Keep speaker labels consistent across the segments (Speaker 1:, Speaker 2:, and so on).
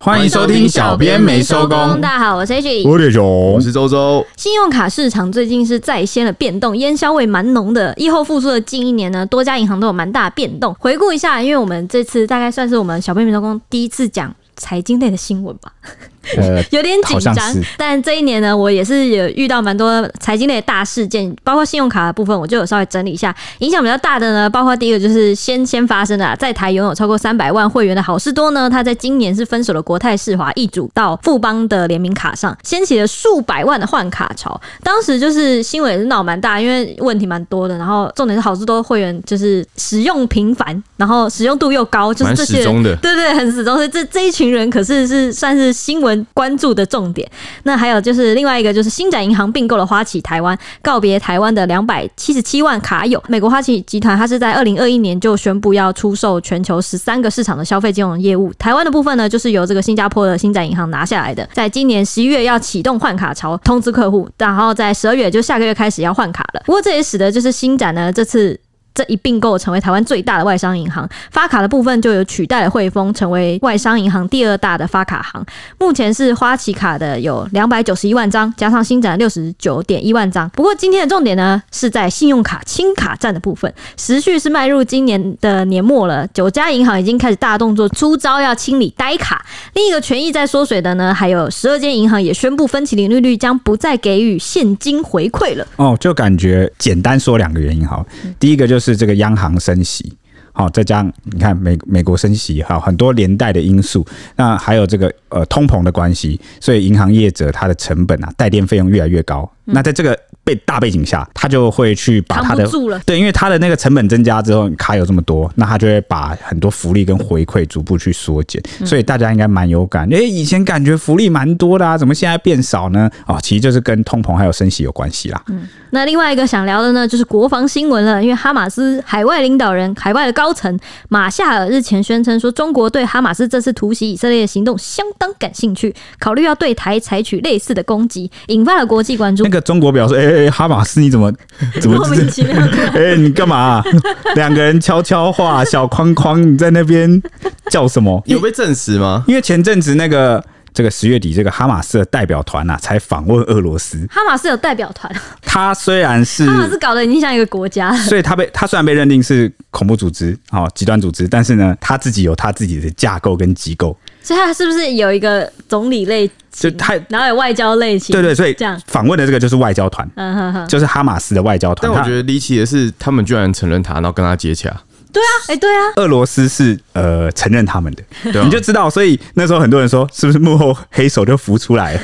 Speaker 1: 欢迎收听小编没收工
Speaker 2: 大家好，我是 H。
Speaker 3: 我的熊
Speaker 4: 我是周周，
Speaker 2: 信用卡市场最近是再掀了变动，烟消味蛮浓的。疫后复苏的近一年呢，多家银行都有蛮大的变动。回顾一下，因为我们这次大概算是我们小编没收工第一次讲财经类的新闻吧。
Speaker 3: 呃，
Speaker 2: 有点紧张
Speaker 3: 好像是，
Speaker 2: 但这一年呢，我也是也遇到蛮多财经类的大事件，包括信用卡的部分，我就有稍微整理一下。影响比较大的呢，包括第一个就是先先发生的、啊，在台拥有超过三百万会员的好事多呢，它在今年是分手了国泰世华，易主到富邦的联名卡上，掀起了数百万的换卡潮。当时就是新闻也是闹蛮大，因为问题蛮多的，然后重点是好事多会员就是使用频繁，然后使用度又高，就是
Speaker 4: 蛮
Speaker 2: 这些
Speaker 4: 始
Speaker 2: 人
Speaker 4: 终的。
Speaker 2: 对对，很死忠。所以这这一群人可是是算是新闻关注的重点。那还有就是另外一个就是星展银行并购了花旗台湾，告别台湾的两百七十七万卡友。美国花旗集团它是在二零二一年就宣布要出售全球十三个市场的消费金融业务，台湾的部分呢就是由这个新加坡的星展银行拿下来的，在今年十一月要启动换卡潮，通知客户，然后在十二月就下个月开始要换卡了。不过这也使得就是星展呢这次这一并购成为台湾最大的外商银行，发卡的部分就有取代了汇丰，成为外商银行第二大的发卡行。目前是花旗卡的有两百九十一万张，加上新展六十九点一万张。不过今天的重点呢是在信用卡轻卡站的部分，时序是迈入今年的年末了，九家银行已经开始大动作出招要清理呆卡。另一个权益在缩水的呢，还有十二间银行也宣布分期零利率将不再给予现金回馈了。
Speaker 3: 哦，就感觉简单说两个原因好了，嗯第一个就是这个央行升息。好、再加上你看美美国升息，哈，很多连带的因素，那还有这个呃通膨的关系，所以银行业者它的成本啊，带电费用越来越高。那在这个背大背景下，他就会去把他的
Speaker 2: 扛不住了
Speaker 3: 对，因为他的那个成本增加之后，卡有这么多，那他就会把很多福利跟回馈逐步去缩减，
Speaker 2: 嗯
Speaker 3: 所以大家应该蛮有感。诶、以前感觉福利蛮多的啊，怎么现在变少呢？哦，其实就是跟通膨还有升息有关系啦。
Speaker 2: 那另外一个想聊的呢，就是国防新闻了，因为哈马斯海外领导人、海外的高层马夏尔日前宣称说，中国对哈马斯这次突袭以色列的行动相当感兴趣，考虑要对台采取类似的攻击，引发了国 际关注
Speaker 3: 那。个中国表示：“哎、哎哎哈马斯你怎么 怎么
Speaker 2: 莫名其妙的，
Speaker 3: 哎、你干嘛啊、两个人悄悄话，小框框，你在那边叫什么？
Speaker 4: 有被证实吗？
Speaker 3: 因为前阵子那个这个十月底，这个哈马斯的代表团啊，才访问俄罗斯。
Speaker 2: 哈马斯有代表团，哈
Speaker 3: 他虽然是，
Speaker 2: 马斯搞得已经像一个国 家了。
Speaker 3: 所以他被他虽然被认定是恐怖组织哦，极端组织，但是呢，他自己有他自己的架构跟机构，
Speaker 2: 所以他是不是有一个总理类
Speaker 3: 就
Speaker 2: 型，
Speaker 3: 他
Speaker 2: 然后有外交类型？
Speaker 3: 嗯对对，所以
Speaker 2: 这样，
Speaker 3: 访问的这个就是外交团。”
Speaker 2: 嗯哼哼，
Speaker 3: 就是哈马斯的外交团，
Speaker 4: 但我
Speaker 3: 他
Speaker 4: 觉得离奇的是，他们居然承认他，然后跟他接洽。
Speaker 2: 对啊，哎、对啊，
Speaker 3: 俄罗斯是呃承认他们的，
Speaker 4: 对啊
Speaker 3: 你就知道，所以那时候很多人说是不是幕后黑手就浮出 来了？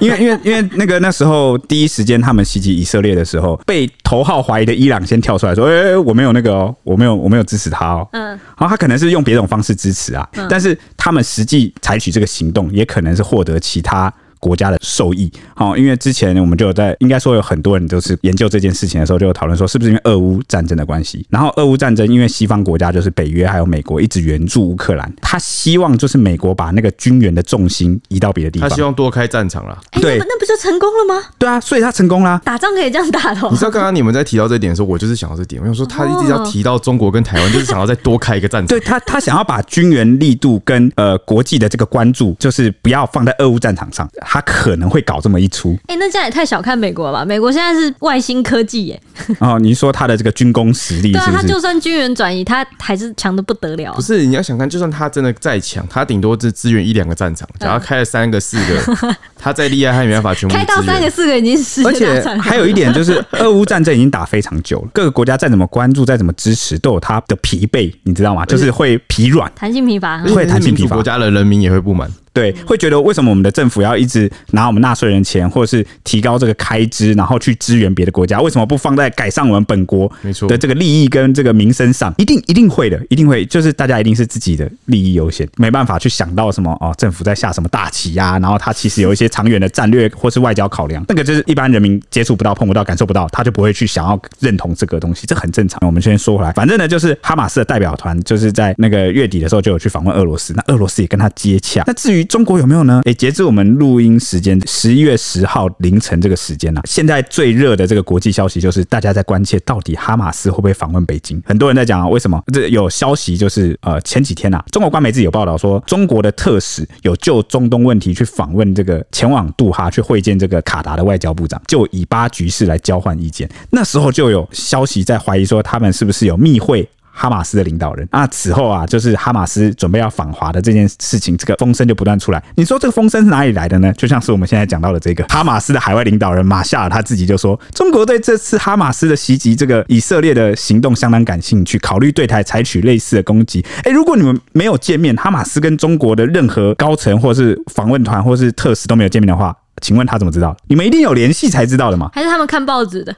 Speaker 3: 因为因为因为那个那时候第一时间他们袭击以色列的时候，被头号怀疑的伊朗先跳出来说：“哎、哎我没有那个哦，我没有我没有支持他哦。”
Speaker 2: 嗯
Speaker 3: 然后他可能是用别种方式支持
Speaker 4: 嗯
Speaker 3: 啊，但是他们实际采取这个行动，也可能是获得其他。国家的受益，好、因为之前我们就有在，应该说有很多人都是研究这件事情的时候，就有讨论说，是不是因为俄乌战争的关系？然后俄乌战争，因为西方国家就是北约还有美国一直援助乌克兰，他希望就是美国把那个军援的重心移到别的地
Speaker 4: 他
Speaker 3: 方
Speaker 4: 希。望多开战场啦。
Speaker 2: 哎、
Speaker 3: 对
Speaker 2: 那不那不就成功了吗？
Speaker 3: 对啊，所以他成功啦。
Speaker 2: 打仗可以这样打的、哦
Speaker 4: 你知道刚刚你们在提到这点的时候，我就是想到这点，我想说他一直
Speaker 2: 哦
Speaker 4: 要提到中国跟台湾，就是想要再多开一个 战场。
Speaker 3: 对他，他想要把军援力度跟呃国际的这个关注，就是不要放在俄乌战场上，他可能会搞这么一出。
Speaker 2: 哎、那这样也太小看美国了吧？美国现在是外星科技耶，
Speaker 3: 哦，你说他的这个军工实力
Speaker 2: 对
Speaker 3: 是
Speaker 2: 啊，
Speaker 3: 不
Speaker 2: 他
Speaker 3: 是？
Speaker 2: 就算军援转移，他还是强的不得了啊
Speaker 4: 不。是，你要想看，就算他真的再强，他顶多是支援一两个战场。假如开了三个、四 个，他再厉害，他也没办法全
Speaker 2: 嗯
Speaker 4: 部
Speaker 2: 开到
Speaker 4: 支
Speaker 2: 三个
Speaker 4: 援。
Speaker 2: 四个已经是世
Speaker 3: 而
Speaker 2: 界
Speaker 3: 且
Speaker 2: 大战了，
Speaker 3: 还有一点就是， 俄乌战争已经打非常久了，各个国家再怎么关注，再怎么支持，都有他的疲惫，你知道
Speaker 2: 嗯
Speaker 3: 吗？就是会疲软，
Speaker 2: 弹性疲乏啊
Speaker 4: 而。且
Speaker 3: 会弹性
Speaker 4: 民
Speaker 3: 疲
Speaker 4: 主
Speaker 3: 乏
Speaker 4: 国家的人民也会不满。
Speaker 3: 对，
Speaker 2: 嗯
Speaker 3: 会觉得为什么我们的政府要一直拿我们纳税人钱，或者是提高这个开支，然后去支援别的国家？为什么不放在改善我们本国
Speaker 4: 没错
Speaker 3: 的这个利益跟这个民生上？一定一定会的，一定会，就是大家一定是自己的利益优先，没办法去想到什么哦，政府在下什么大棋呀、然后它其实有一些长远的战略或是外交考量，那个就是一般人民接触不到、碰不到、感受不到，他就不会去想要认同这个东西，这很正常。我们先说回来，反正呢，就是哈马斯的代表团就是在那个月底的时候就有去访问俄罗斯，那俄罗斯也跟他接洽。那至于中国有没有呢？诶，截至我们录音时间十一月十号凌晨这个时间呢、啊，现在最热的这个国际消息就是大家在关切到底哈马斯会不会访问北京。很多人在讲啊，为什么？这有消息就是呃，前几天啊，中国官媒自己有报道说，中国的特使有就中东问题去访问这个前往杜哈去会见这个卡达的外交部长，就以巴局势来交换意见。那时候就有消息在怀疑说，他们是不是有密会哈马斯的领导人。那此后啊，就是哈马斯准备要访华的这件事情，这个风声就不断出来。你说这个风声是哪里来的呢？就像是我们现在讲到的这个 哈马斯的海外领导人马夏尔他自己就说，中国对这次哈马斯的袭击这个以色列的行动相当感兴趣，考虑对台采取类似的攻击。诶，如果你们没有见面，哈马斯跟中国的任何高层或是访问团或是特使都没有见面的话。请问他怎么知道？你们一定有联系才知道的嘛？
Speaker 2: 还是他们看报纸的？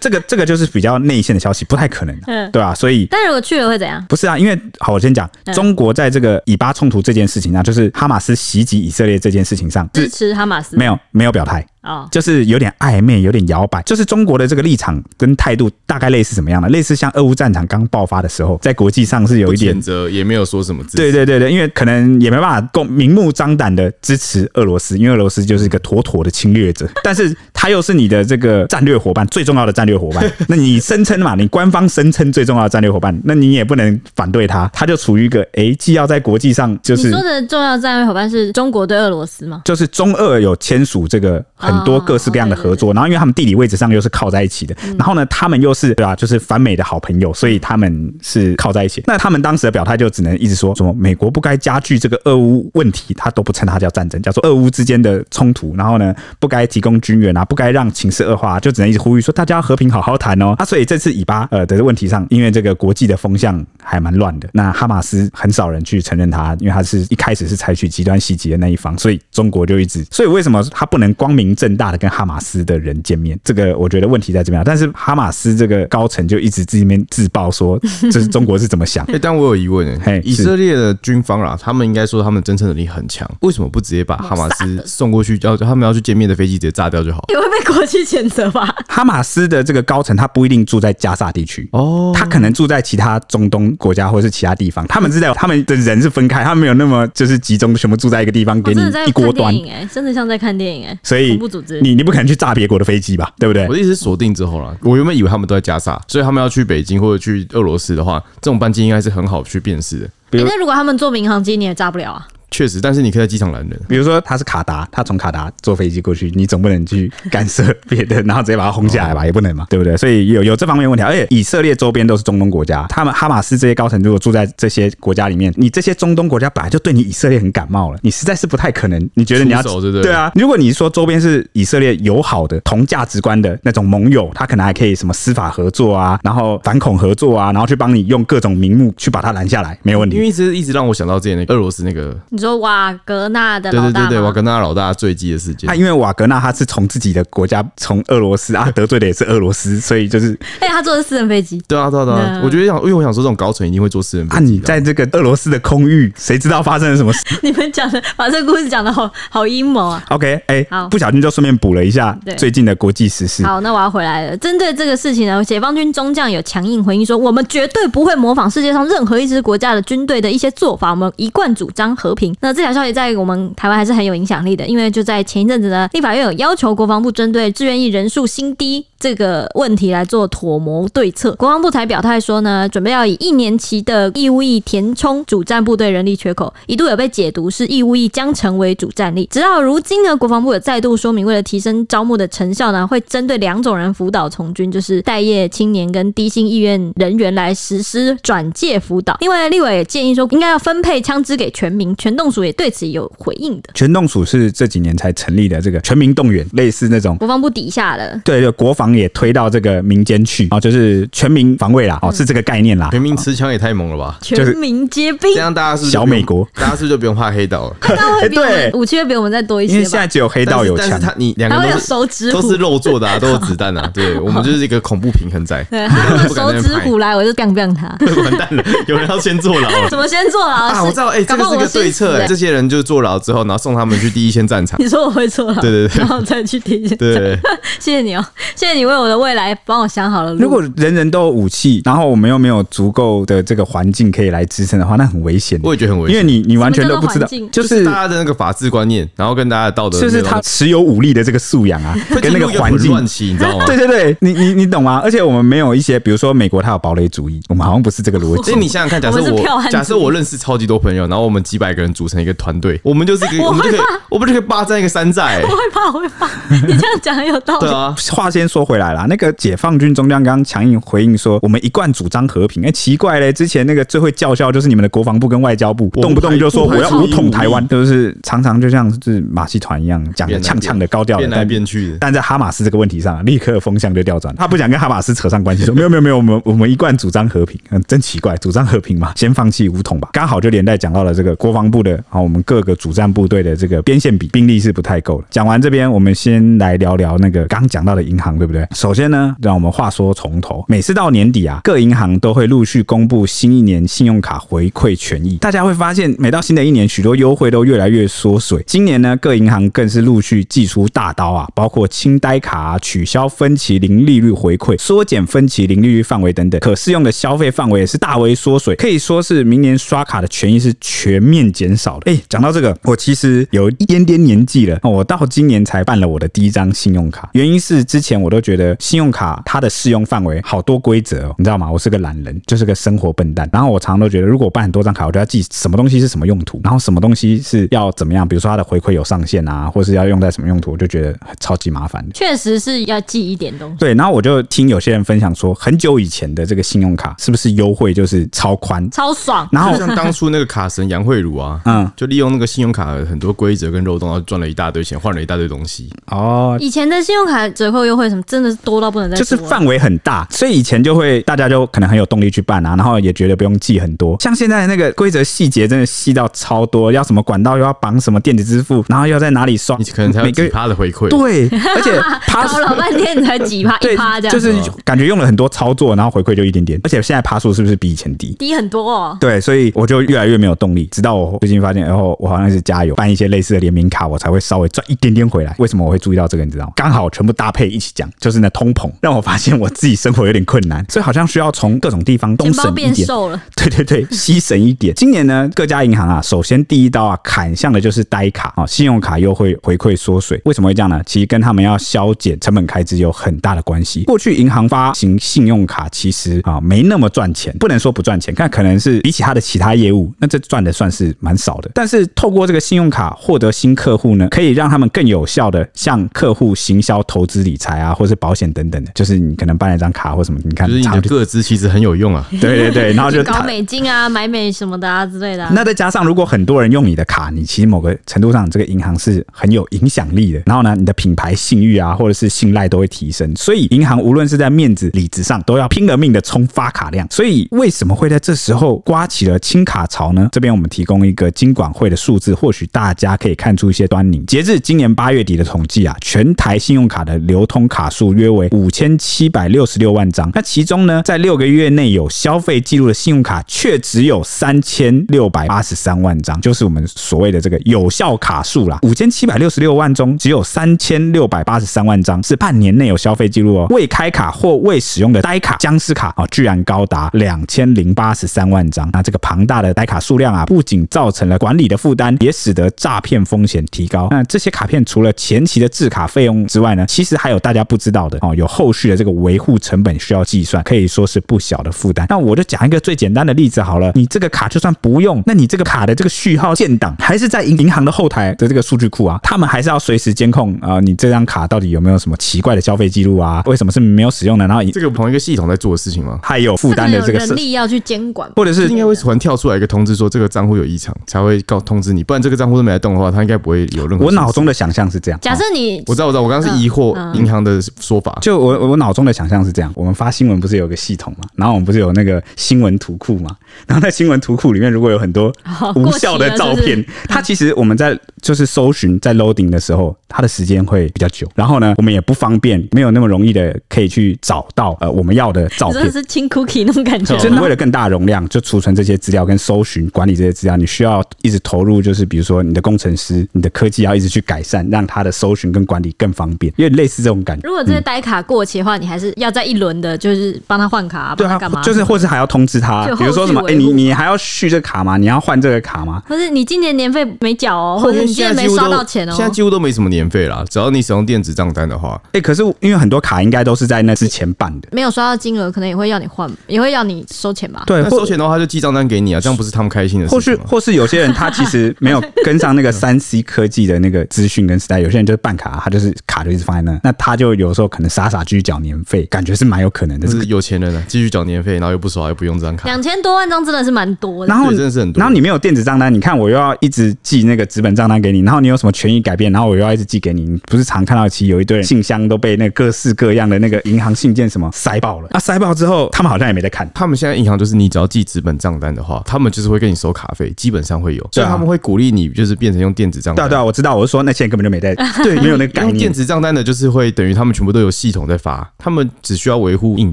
Speaker 3: 这个这个就是比较内线的消息，不太可能、啊
Speaker 2: 嗯，
Speaker 3: 对吧、所以
Speaker 2: 但如果去了会怎样？
Speaker 3: 不是啊，因为好，我先讲中国在这个以巴冲突这件事情上，啊就是哈马斯袭击以色列这件事情上，
Speaker 2: 支持哈马斯
Speaker 3: 没有没有表态。
Speaker 2: 哦，
Speaker 3: 就是有点暧昧，有点摇摆，就是中国的这个立场跟态度大概类似什么样的？类似像俄乌战场刚爆发的时候，在国际上是有
Speaker 4: 不
Speaker 3: 一点
Speaker 4: 谴责也没有说什么字，。
Speaker 3: 对对对对，因为可能也没办法共明目张胆的支持俄罗斯，因为俄罗斯就是一个妥妥的侵略者，但是他又是你的这个战略伙伴，最重要的战略伙 伴。那你声称嘛，你官方声称最重要的战略伙伴，那你也不能反对他，他就处于一个诶、既要在国际上就
Speaker 2: 你
Speaker 3: 是
Speaker 2: 说的重要战略伙伴是中国对俄罗斯吗？
Speaker 3: 就是中俄有签署这个很多各式各样的合作，然后因为他们地理位置上又是靠在一起的，然后呢，他们又是对吧、就是反美的好朋友，所以他们是靠在一起。那他们当时的表态就只能一直说什么美国不该加剧这个俄乌问题，他都不称它叫战争，叫做俄乌之间的冲突，然后呢，不该提供军援啊，不该让情势恶化，就只能一直呼吁说大家要和平好好谈哦。啊，所以这次以巴呃的问题上，因为这个国际的风向还蛮乱的，那哈马斯很少人去承认他，因为他是一开始是采取极端袭击的那一方，所以中国就一直，所以为什么他不能光明正大的跟哈马斯的人见面？这个我觉得问题在这边啊。但是哈马斯这个高层就一直自己面自爆说，就是中国是怎么想
Speaker 4: 哎、但我有疑问哎、
Speaker 3: 嘿
Speaker 4: 以
Speaker 3: 是
Speaker 4: 色列的军方啦，他们应该说他们的侦测能力很强，为什么不直接把哈马斯送过去，要他们要去见面的飞机直接炸掉就好？
Speaker 2: 也会被国际谴责吧？
Speaker 3: 哈马斯的这个高层他不一定住在加沙地区。
Speaker 4: 哦，
Speaker 3: 他可能住在其他中东国家或是其他地方，他们知道他们的人是分开，他们没有那么就是集中全部住在一个地方
Speaker 2: 我
Speaker 3: 给你
Speaker 2: 真的在
Speaker 3: 一锅
Speaker 2: 看
Speaker 3: 端
Speaker 2: 电，影哎、真的像在看电影哎、
Speaker 3: 所以
Speaker 2: 恐怖组织
Speaker 3: 你你不可能去炸别国的飞机吧，对不对
Speaker 4: 我？的意思是锁定之后啦，我原本以为他们都在加沙，所以他们要去北京或者去俄罗斯的话，这种班机应该是很好去辨识的。
Speaker 3: 比如
Speaker 2: 欸那如果他们坐民航机，你也炸不了啊。
Speaker 4: 确实，但是你可以在机场拦人。
Speaker 3: 比如说他是卡达，他从卡达坐飞机过去，你总不能去干涉别的，然后直接把他轰下
Speaker 4: 哦
Speaker 3: 来吧，也不能嘛，对不对？所以有有这方面问题，而且以色列周边都是中东国家，他们哈马斯这些高层如果住在这些国家里面，你这些中东国家本来就对你以色列很感冒了，你实在是不太可能，你觉得你要
Speaker 4: 出手对不对
Speaker 3: 啊，如果你说周边是以色列友好的、同价值观的那种盟友，他可能还可以什么司法合作啊，然后反恐合作啊，然后去帮你用各种名目去把他拦下来，没有问题
Speaker 4: 因。为一直一直让我想到之前那个俄罗斯那个，
Speaker 2: 你说瓦格纳的
Speaker 4: 对
Speaker 2: 老
Speaker 4: 对
Speaker 2: 大
Speaker 4: 对对，
Speaker 2: 吗
Speaker 4: 瓦格纳老大坠机的事件
Speaker 3: 啊，，因为瓦格纳他是从自己的国家，从俄罗斯啊得罪的也是俄罗斯，所以 就是
Speaker 2: 哎、他坐的私人飞机，
Speaker 4: 对啊对啊对啊
Speaker 2: 那，
Speaker 4: 我觉得想，因为我想说这种高层一定会做私人
Speaker 3: 啊，
Speaker 4: 飞
Speaker 3: 你
Speaker 4: 机的，
Speaker 3: 在这个俄罗斯的空域，谁知道发生了什么事
Speaker 2: 你们讲的把这个故事讲的好好阴谋啊。
Speaker 3: ？OK，哎、
Speaker 2: 好
Speaker 3: 不小心就顺便补了一下
Speaker 2: 对
Speaker 3: 最近的国际时事。
Speaker 2: 好，那我要回来了。针对这个事情呢，解放军中将有强硬回应说，我们绝对不会模仿世界上任何一支国家的军队的一些做法，我们一贯主张和平。那这条消息在我们台湾还是很有影响力的，因为就在前一阵子呢，立法院有要求国防部针对志愿役人数新低这个问题来做妥谋对策。国防部才表态说呢，准备要以一年期的义务役填充主战部队人力缺口，一度有被解读是义务役将成为主战力。直到如今呢，国防部有再度说明，为了提升招募的成效呢，会针对两种人辅导从军，就是待业青年跟低薪意愿人员来实施转介辅导。另外，立委也建议说，应该要分配枪支给全民，全动署也对此有回应的。
Speaker 3: 全动署是这几年才成立的这个全民动员，类似那种。
Speaker 2: 国防部底下的
Speaker 3: 对对，国防也推到这个民间去哦，就是全民防卫啦，
Speaker 2: 嗯
Speaker 3: 哦，是这个概念啦。
Speaker 4: 全民持枪也太猛了 吧！
Speaker 3: 就是
Speaker 2: 全民皆兵
Speaker 4: 这，样大家是不是就
Speaker 3: 小
Speaker 4: 不用
Speaker 3: 美国，
Speaker 4: 大家是不是就不用怕黑道了？
Speaker 2: 他会比我们
Speaker 3: 哎对
Speaker 2: 武器会比我们再多一
Speaker 3: 因为
Speaker 2: 些
Speaker 3: 现在
Speaker 2: 吧？
Speaker 3: 只有黑道有
Speaker 4: 但是
Speaker 3: 枪
Speaker 4: 但是，他你两
Speaker 2: 他
Speaker 4: 个
Speaker 2: 会有
Speaker 4: 都是
Speaker 2: 手指
Speaker 4: 都
Speaker 2: 虎
Speaker 4: 是，肉做的啊，都有子 弹啊，对我们就是一个恐怖平衡仔，
Speaker 2: 对，他
Speaker 4: 对
Speaker 2: 有
Speaker 4: 不敢
Speaker 2: 手
Speaker 4: 再
Speaker 2: 指
Speaker 4: 拍
Speaker 2: 虎来，我就杠杠他。
Speaker 4: 完蛋了，有人要先坐牢了。
Speaker 2: 怎么先坐牢
Speaker 4: 啊，我知道，哎、
Speaker 2: 搞不
Speaker 4: 这个
Speaker 2: 好
Speaker 4: 是
Speaker 2: 我
Speaker 4: 个对
Speaker 2: 先死
Speaker 4: 策、哎，
Speaker 2: 欸
Speaker 4: 这些人就坐牢之后，然 后送他们去第一线战场。
Speaker 2: 你说我会坐牢，
Speaker 4: 对对对
Speaker 2: 然后再去提醒。
Speaker 4: 对，
Speaker 2: 谢谢你哦，谢谢你你为我的未来帮我想好了
Speaker 4: 嗯
Speaker 2: 路。
Speaker 3: 如果人人都有武器，然后我们又没有足够的这个环境可以来支撑的话，那很危险的。
Speaker 4: 我也觉得很危
Speaker 3: 因
Speaker 4: 险
Speaker 3: 为你你完全
Speaker 2: 什么
Speaker 3: 都
Speaker 2: 叫
Speaker 3: 不知道
Speaker 2: 做环境，
Speaker 3: 就
Speaker 4: 就是
Speaker 3: 是
Speaker 4: 大家的那个法治观念，然后跟大家的道德，
Speaker 3: 就是他持有武力的这个素养 啊，跟那个环境
Speaker 4: 乱起，你知道吗？
Speaker 3: 对对对，你你你懂吗？而且我们没有一些，比如说美国它有堡垒主义，我们好像不是这个逻
Speaker 4: 所
Speaker 3: 辑
Speaker 4: 以。你想想看，假设
Speaker 2: 我们是票
Speaker 4: 我
Speaker 2: 案
Speaker 4: 假设我认识超级多朋友，然后我们几百个人组成一个团队，我们就是 一个，我们就可以，我们就可以霸占一个山寨、
Speaker 2: 我 会怕，我会怕。你这样讲很有道理
Speaker 4: 对。啊，
Speaker 3: 话先说回来啦，那个解放军中将刚刚强硬回应说，我们一贯主张和平。哎、奇怪嘞，之前那个最会叫嚣就是你们的国防部跟外交部，
Speaker 4: 我
Speaker 3: 动不动就说
Speaker 4: 不
Speaker 3: 我
Speaker 4: 排
Speaker 3: 要
Speaker 4: 斥
Speaker 3: 武统台湾，就是常常就像是马戏团一样讲的
Speaker 4: 变来
Speaker 3: 呛呛的
Speaker 4: 变
Speaker 3: 高调的，
Speaker 4: 变来
Speaker 3: 但
Speaker 4: 变去的
Speaker 3: 但在哈马斯这个问题上，立刻风向就调转，他不想跟哈马斯扯上关系，说没有没有没有，我们我们一贯主张和平，嗯，真奇怪，主张和平嘛，先放弃武统吧。刚好就连带讲到了这个国防部的啊，我们各个主战部队的这个边线比兵力是不太够的。讲完这边，我们先来聊聊那个刚讲到的银行，对不对？首先呢，让我们话说从头，每次到年底啊，各银行都会陆续公布新一年信用卡回馈权益，大家会发现每到新的一年，许多优惠都越来越缩水。今年呢，各银行更是陆续祭出大刀啊，包括清呆卡啊、取消分期零利率回馈、缩减分期零利率范围等等，可适用的消费范围也是大为缩水，可以说是明年刷卡的权益是全面减少的。哎，讲到这个，我其实有一点点年纪了，哦我到今年才办了我的第一张信用卡，原因是之前我都觉得信用卡它的适用范围好多规则、哦，你知道吗？我是个懒人，就是个生活笨蛋。然后我常常都觉得，如果我办很多张卡，我就要记什么东西是什么用途，然后什么东西是要怎么样，比如说它的回馈有上限啊，或是要用在什么用途，我就觉得超级麻烦的。
Speaker 2: 确实是要记一点东西。
Speaker 3: 对，然后我就听有些人分享说，很久以前的这个信用卡是不是优惠就是超宽？
Speaker 2: 超爽，
Speaker 3: 然后
Speaker 4: 就像当初那个卡神杨慧茹啊，
Speaker 3: 嗯
Speaker 4: 就利用那个信用卡的很多规则跟漏洞，然后赚了一大堆钱，换了一大堆东西。
Speaker 3: 哦，
Speaker 2: 以前的信用卡折扣优惠什么，真的是多到不能再
Speaker 3: 就是
Speaker 2: 多了
Speaker 3: 范围很大，所以以前就会大家就可能很有动力去办啊，然后也觉得不用记很多。像现在那个规则细节真的细到超多，要什么管道又要绑什么电子支付，然后要在哪里刷，
Speaker 4: 你可能才有
Speaker 3: 每个
Speaker 4: 几趴的回馈，
Speaker 3: 对，而 且趴
Speaker 2: 搞了半天你才几 趴一
Speaker 3: 对
Speaker 2: 趴这，样，
Speaker 3: 就是感觉用了很多操作，然后回馈就一点点，而且现在趴数是不是比以前低？
Speaker 2: 低很多哦。
Speaker 3: 对，所以我就越来越没有动力，直到我最近发现，然后我好像是加油办一些类似的联名卡，我才会稍微赚一点点回来。为什么我会注意到这个？你知道吗？刚好全部搭配一起讲，就是那通膨让我发现我自己生活有点困难，所以好像需要从各种地方东
Speaker 2: 钱包
Speaker 3: 省一
Speaker 2: 变
Speaker 3: 点。
Speaker 2: 瘦了，
Speaker 3: 对对 对，牺省一点。今年呢，各家银行啊，首先第一刀啊，砍向的就是呆卡啊、信用卡优惠回馈缩水。为什么会这样呢？其实跟他们要削减成本开支有很大的关系。过去银行发行信用卡其实啊没那么赚钱，不能说不赚钱，但可能是比起它的其他业务，那这赚的算是蛮少的。但是透过这个信用卡获得新客户呢，可以让他们更有效的向客户行销投资理财啊，或是保险等等的。就是你可能办了一张卡或什么，你看
Speaker 4: 就是你
Speaker 3: 差
Speaker 4: 的
Speaker 3: 不多。
Speaker 4: 个资其实很有用啊。
Speaker 3: 对对对，然后就
Speaker 2: 去搞
Speaker 3: 谈
Speaker 2: 美金啊、买美什么的啊之类的啊。
Speaker 3: 那再加上，如果很多人用你的卡，你其实某个程度上，这个银行是很有影响力的。然后呢，你的品牌信誉啊，或者是信赖都会提升。所以，银行无论是在面子、里子上，都要拼了命的冲发卡量。所以，为什么会在这时候刮起了清卡潮呢？这边我们提供一个金管会的数字，或许大家可以看出一些端倪。截至今年八月底的统计啊，全台信用卡的流通卡数约为五千七百六十六万张。那其中呢，在六个月内有消费记录的信用卡却只有三千六百八十三万张，就是我们所谓的这个有效卡数啦。五千七百六十六万中，只有三千六百八十三万张是半年内有消费记录哦。未开卡或未使用的呆卡、僵尸卡啊、哦，居然高达两千零八十三万张。那这个庞大的呆卡数量啊，不仅造成了管理的负担，也使得诈骗风险提高。那这些卡片除了前期的制卡费用之外呢，其实还有大家不知道的哦，有后续的这个维护成本需要计算，可以说是不小的负担。那我就讲一个最简单的例子好了，你这个卡就算不用，那你这个卡的这个序号建档还是在银银行的后台的这个数据库啊，他们还是要随时监控啊、呃你这张卡到底有没有什么奇怪的消费记录啊？为什么是没有使用的？然后
Speaker 4: 这个同一个系统在做的事情吗？
Speaker 3: 还有负担的这个
Speaker 2: 人
Speaker 3: 是，
Speaker 2: 力要去监管吧，
Speaker 3: 或者是
Speaker 4: 应该会突然跳出来一个通知说这个账户有异常，才会告通知你，不然这个账户都没来动的话，它应该不会有任何。
Speaker 3: 我脑中，的想象是这样。
Speaker 2: 假设你
Speaker 4: 我知道，我知道，我刚刚是疑惑
Speaker 2: 嗯嗯
Speaker 4: 银行的说法，
Speaker 3: 就我我我脑中的想象是这样：我们发新闻不是有个系统嘛？然后我们不是有那个新闻图库嘛？然后在新闻图库里面，如果有很多
Speaker 2: 哦
Speaker 3: 无
Speaker 2: 过期
Speaker 3: 效的
Speaker 2: 了
Speaker 3: 照
Speaker 2: 是不是嗯
Speaker 3: 片，它其实我们在就是搜寻在 loading 的时候，它的时间会比较久。然后呢，我们也不方便，没有那么容易的可以去找到呃我们要的照
Speaker 2: 你真的
Speaker 3: 片。
Speaker 2: 是嗯清 cookie 那种感觉，
Speaker 3: 真的为了更大容量，就储存这些资料跟搜寻管理这些资料，你需要一直投入，就是比如说你的工程师、你的科技要一直去改善，让它的搜寻跟管理更方便，因为类似这种感觉。
Speaker 2: 如果这些呆卡过期的话，你还是要在一轮的，就是帮他换卡，
Speaker 3: 对
Speaker 2: 帮
Speaker 3: 啊
Speaker 2: 他干嘛？，
Speaker 3: 就是或是还要通知他
Speaker 2: 就，后
Speaker 3: 比如说什么，
Speaker 2: 续
Speaker 3: 哎、
Speaker 2: 维护
Speaker 3: 你你还要续这个卡吗？你要换这个卡吗？
Speaker 2: 或是你今年年费没缴哦，或者你今
Speaker 4: 现
Speaker 2: 年
Speaker 4: 在
Speaker 2: 没
Speaker 4: 几乎
Speaker 2: 刷
Speaker 4: 都
Speaker 2: 到钱哦
Speaker 4: 现。在几乎都没什么年费啦，只要你使用电子账单的话，
Speaker 3: 哎、可是因为很多卡应该都是在那之前办的，
Speaker 2: 没有刷到金额，可能也会要你换，也会要你收钱吧。
Speaker 3: 对，啊
Speaker 4: 那
Speaker 3: 或
Speaker 4: 收钱的话就寄账单给你啊，这样不是嗯他们开心的
Speaker 3: 或
Speaker 4: 事
Speaker 3: 是
Speaker 4: 情吗？
Speaker 3: 或是有些人他其实没有跟上那 个三 C 科技的那个资讯跟时代，有些人就是办卡，他就是卡就一直放在那，那他就有时候可能傻傻继续缴年费，感觉是蛮有可能的。
Speaker 4: 就是有钱人啊，继续缴年费，然后又不刷，又不用这张卡，
Speaker 2: 两千多万张真的是蛮多的
Speaker 3: 然。后
Speaker 4: 对真的是很多
Speaker 3: 然后你没有电子账单，你看我又要一直寄那个纸本账单给你，然后你有什么权益改变，然后我又要一直寄给你。你不是常看到其实有一堆人信箱都被那个各式各样的那个银行信件什么塞爆了啊，塞爆之后他们好像也没在看。
Speaker 4: 他们现在银行就是你只要寄纸本账单的话，他们就是会跟你收卡费，基本上会有，所
Speaker 3: 对啊
Speaker 4: 以他们会鼓励你就是变成用电子账
Speaker 3: 对啊
Speaker 4: 单。
Speaker 3: 对啊，我知道，我是说那些人根本就没在，对，没有那个概
Speaker 4: 用电
Speaker 3: 念。
Speaker 4: 子账单的，就是会等于他们全部都有系统在发，他们只需要维护硬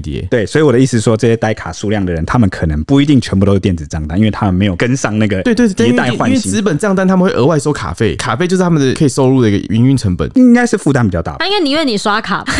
Speaker 4: 碟。
Speaker 3: 对，所以我的意思是说，这些带卡数量的人，他们可能不一定全部都是电子账单，因为他们没有跟上那个
Speaker 4: 对对对，
Speaker 3: 迭
Speaker 4: 因
Speaker 3: 代
Speaker 4: 为因
Speaker 3: 换
Speaker 4: 为
Speaker 3: 新
Speaker 4: 纸，本账单他们会额外收卡费，卡费就是他们的可以收入的一个营 运成本。
Speaker 3: 应该是负担比较大吧。
Speaker 2: 他应该宁愿你刷卡吧，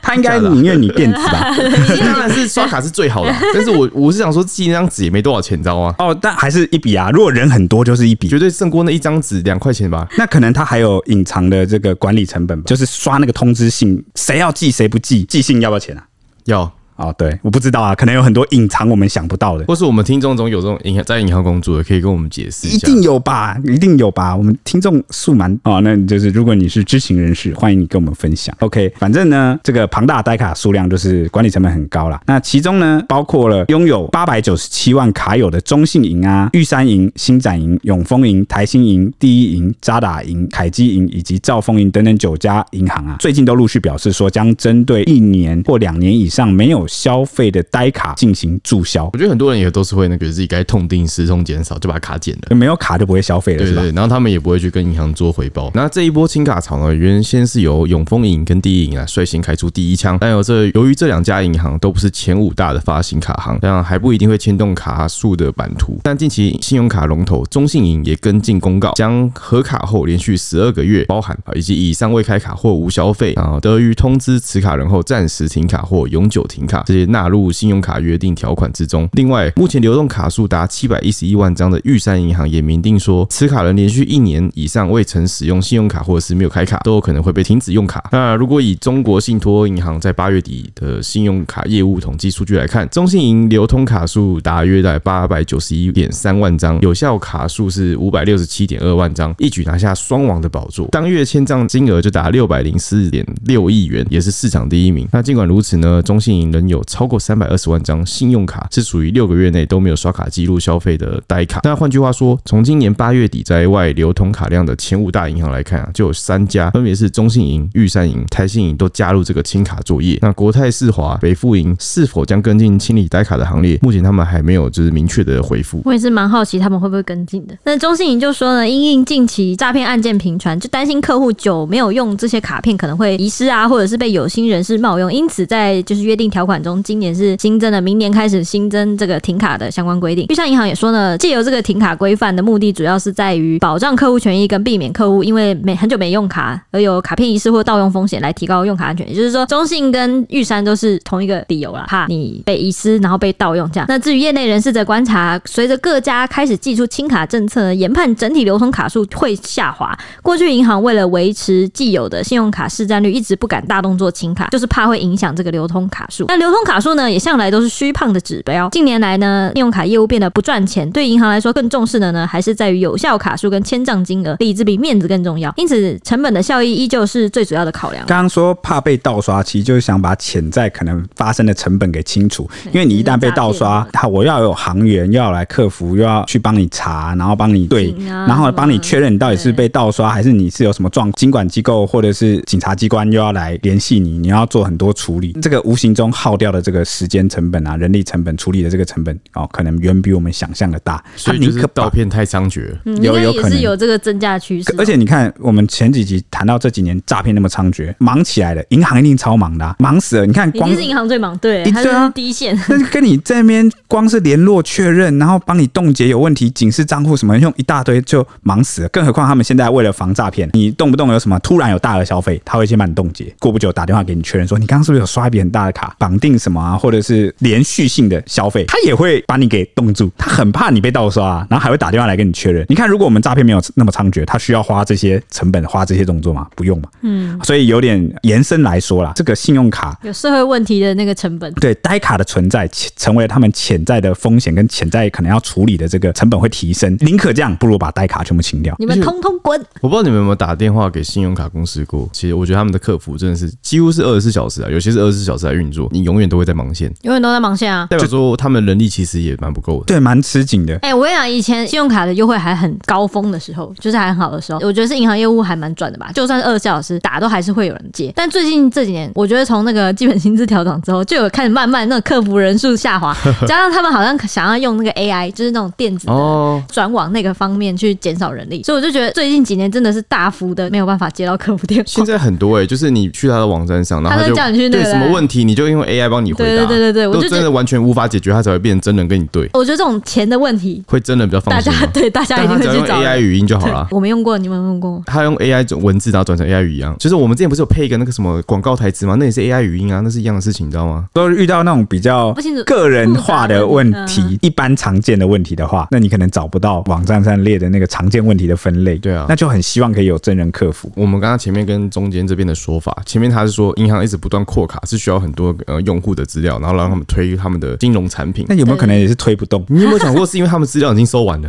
Speaker 3: 他应该
Speaker 4: 真的假的
Speaker 3: 宁愿你电子 吧。
Speaker 4: 当然是刷卡是最好的啊，但是我我是想说寄那张纸也没多少钱，你知道吗？
Speaker 3: 哦，但还是一笔啊。如果人很多，就是一笔。
Speaker 4: 绝对胜过那一张纸两块钱吧。
Speaker 3: 那可能他还有隐藏的这个管理成本吧，就是刷那个通知信，谁要寄谁不寄，寄信要不要钱啊？
Speaker 4: 要，
Speaker 3: 哦，对，我不知道啊，可能有很多隐藏我们想不到的，
Speaker 4: 或是我们听众中有这种银行在银行工作的，可以跟我们解释
Speaker 3: 一
Speaker 4: 下。
Speaker 3: 定有吧，一定有吧。我们听众数蛮哦，那你就是如果你是知情人士，欢迎你跟我们分享。OK，反正呢，这个庞大的呆卡数量就是管理成本很高啦。那其中呢，包括了拥有八百九十七万卡友的中信银啊、玉山银、新展银、永丰银、台新银、第一银、渣打银、凯基银以及兆丰银等等九家银行啊，最近都陆续表示说，将针对一年或两年以上没有消费的呆卡进行注销
Speaker 4: 我。觉得很多人也都是会那个自己该痛定思痛，减少就把卡减了。
Speaker 3: 没有卡就不会消费了，
Speaker 4: 对
Speaker 3: 是吧？
Speaker 4: 对，然后他们也不会去跟银行做回报。那这一波清卡潮呢，原先是由永丰银跟第一银啊率先开出第一枪，但有这由于这两家银行都不是前五大的发行卡行，这样还不一定会牵动卡数的版图。但近期信用卡龙头中信银也跟进公告，将核卡后连续十二个月，包含啊以及以上未开卡或无消费啊，得于通知持卡人后暂时停卡或永久停卡，这些纳入信用卡约定条款之中。另外，目前流动卡数达七百一十一万张的玉山银行也明定说，持卡人连续一年以上未曾使用信用卡或者是没有开卡，都有可能会被停止用卡。那如果以中国信托银行在八月底的信用卡业务统计数据来看，中信银流通卡数达约在八百九十一点三万张，有效卡数是五百六十七点二万张，一举拿下双王的宝座。当月签账金额就达六百零四点六亿元，也是市场第一名。那尽管如此呢，中信银仍有超过三百二十万张信用卡是属于六个月内都没有刷卡记录消费的呆卡。那换句话说，从今年八月底在外流通卡量的前五大银行来看啊，就有三家，分别是中信银、玉山银、台信银都加入这个清卡作业。那国泰世华、北富银是否将跟进清理呆卡的行列？目前他们还没有就是明确的回复。
Speaker 2: 我也是蛮好奇他们会不会跟进的。那中信银就说呢，因应近期诈骗案件频传，就担心客户久没有用这些卡片可能会遗失啊，或者是被有心人士冒用，因此在就是约定条款中，今年是新增的，明年开始新增这个停卡的相关规定。玉山银行也说呢，借由这个停卡规范的目的，主要是在于保障客户权益跟避免客户因为没很久没用卡而有卡片遗失或盗用风险，来提高用卡安全。也就是说，中信跟玉山都是同一个理由啦，怕你被遗失，然后被盗用这样。那至于业内人士则观察，随着各家开始祭出清卡政策呢，研判整体流通卡数会下滑。过去银行为了维持既有的信用卡市占率，一直不敢大动作清卡，就是怕会影响这个流通卡数。那流通卡数呢，也向来都是虚胖的指标。近年来呢，信用卡业务变得不赚钱，对银行来说更重视的呢，还是在于有效卡数跟签账金额，理智比面子更重要。因此，成本的效益依旧是最主要的考量。
Speaker 3: 刚刚说怕被盗刷，其实就是想把潜在可能发生的成本给清除，因为你一旦被盗刷
Speaker 2: 就是诈，
Speaker 3: 啊，我要有行员，又要来客服，又要去帮你查，然后帮你对
Speaker 2: 警，啊
Speaker 3: 然后帮你
Speaker 2: 什么
Speaker 3: 确认你到底是被盗刷还是你是有什么状，经管机构或者是警察机关又要来联系你，你要做很多处理，这个无形中耗耗掉的这个时间成本啊、人力成本、处理的这个成本哦，可能远比我们想象的大。
Speaker 4: 所以
Speaker 3: 他
Speaker 4: 就
Speaker 3: 宁
Speaker 4: 是
Speaker 3: 啊可 把
Speaker 4: 盗片太猖獗了。
Speaker 2: 嗯，应
Speaker 3: 有
Speaker 2: 该
Speaker 3: 有
Speaker 2: 也
Speaker 3: 可
Speaker 2: 是
Speaker 3: 能
Speaker 2: 有这个增加趋势哦。
Speaker 3: 而且你看，我们前几集谈到这几年诈骗那么猖獗，忙起来了，银行一定超忙的、啊，忙死了。你看
Speaker 2: 一
Speaker 3: 光
Speaker 2: 定是银行最忙，对，
Speaker 3: 一
Speaker 2: 它
Speaker 3: 对啊
Speaker 2: 是第一线。
Speaker 3: 那跟你这边光是联络确认，然后帮你冻结有问题、警示账户什么，用一大堆就忙死了。更何况他们现在为了防诈骗，你动不动有什么突然有大额消费，他会先把你冻结，过不久打电话给你确认说你刚刚是不是有刷一笔很大的卡，绑定什么啊，或者是连续性的消费，他也会把你给冻住。他很怕你被盗刷、啊，然后还会打电话来跟你确认。你看，如果我们诈骗没有那么猖獗，他需要花这些成本、花这些动作吗？不用嘛。嗯，所以有点延伸来说啦，这个信用卡
Speaker 2: 有社会问题的那个成本，
Speaker 3: 对呆卡的存在，其成为他们潜在的风险跟潜在可能要处理的这个成本会提升。宁可这样，不如把呆卡全部清掉。
Speaker 2: 你们通通滚！
Speaker 4: 我不知道你们有没有打电话给信用卡公司过？其实我觉得他们的客服真的是几乎是二十四小时啊，有些是二十四小时来运作，你永远都会在忙线，
Speaker 2: 永远都在忙线啊。
Speaker 4: 代表说他们人力其实也蛮不够的。
Speaker 3: 对，蛮吃紧的。
Speaker 2: 哎、我跟你讲，以前信用卡的优惠还很高峰的时候，就是还很好的时候，我觉得是银行业务还蛮赚的吧。就算是二十四小时打，都还是会有人接。但最近这几年，我觉得从那个基本薪资调整之后，就有开始慢慢那个客服人数下 滑，加上他们好像想要用那个 AI，就是那种电子的
Speaker 4: 哦，
Speaker 2: 转往那个方面去减少人力，所以我就觉得最近几年真的是大幅的没有办法接到客服电话
Speaker 4: 现。在很多哎、就是你去他的网站上，然后
Speaker 2: 他
Speaker 4: 他
Speaker 2: 就
Speaker 4: 就
Speaker 2: 叫你去那
Speaker 4: 对
Speaker 2: 个
Speaker 4: 什么问题，你就因为 AI 帮你回答，
Speaker 2: 对对对对对我就
Speaker 4: 都
Speaker 2: 觉得
Speaker 4: 真的完全无法解决，他才会变成真人跟你对，
Speaker 2: 我觉得这种钱的问题，
Speaker 4: 会真人比较放
Speaker 2: 大
Speaker 4: 心
Speaker 2: 家
Speaker 4: 嘛。
Speaker 2: 对 大家一
Speaker 4: 但
Speaker 2: 定会
Speaker 4: 他只要
Speaker 2: 去
Speaker 4: 用
Speaker 2: 找
Speaker 4: AI 语音就好了。
Speaker 2: 我没用过，你们有用过吗？
Speaker 4: 他用 AI 转文字，然后转成 AI 语音啊，就是我们之前不是有配一个那个什么广告台词吗？那也是 AI 语音啊，那是一样的事情，你知道吗？
Speaker 3: 都是遇到那种比较
Speaker 2: 不清楚
Speaker 3: 个人化的问题，
Speaker 2: 复杂的
Speaker 3: 一般常见的问题的话，那你可能找不到网站上列的那个常见问题的分类。
Speaker 4: 对啊
Speaker 3: 那就很希望可以有真人客服。
Speaker 4: 我们刚刚前面跟中间这边的说法，前面他是说银行一直不断扩卡，是需要很多呃用户的资料，然后让他们推他们的金融产品
Speaker 3: 那。有没有可能也是推不动？
Speaker 4: 你有没有想过，是因为他们资料已经收完了？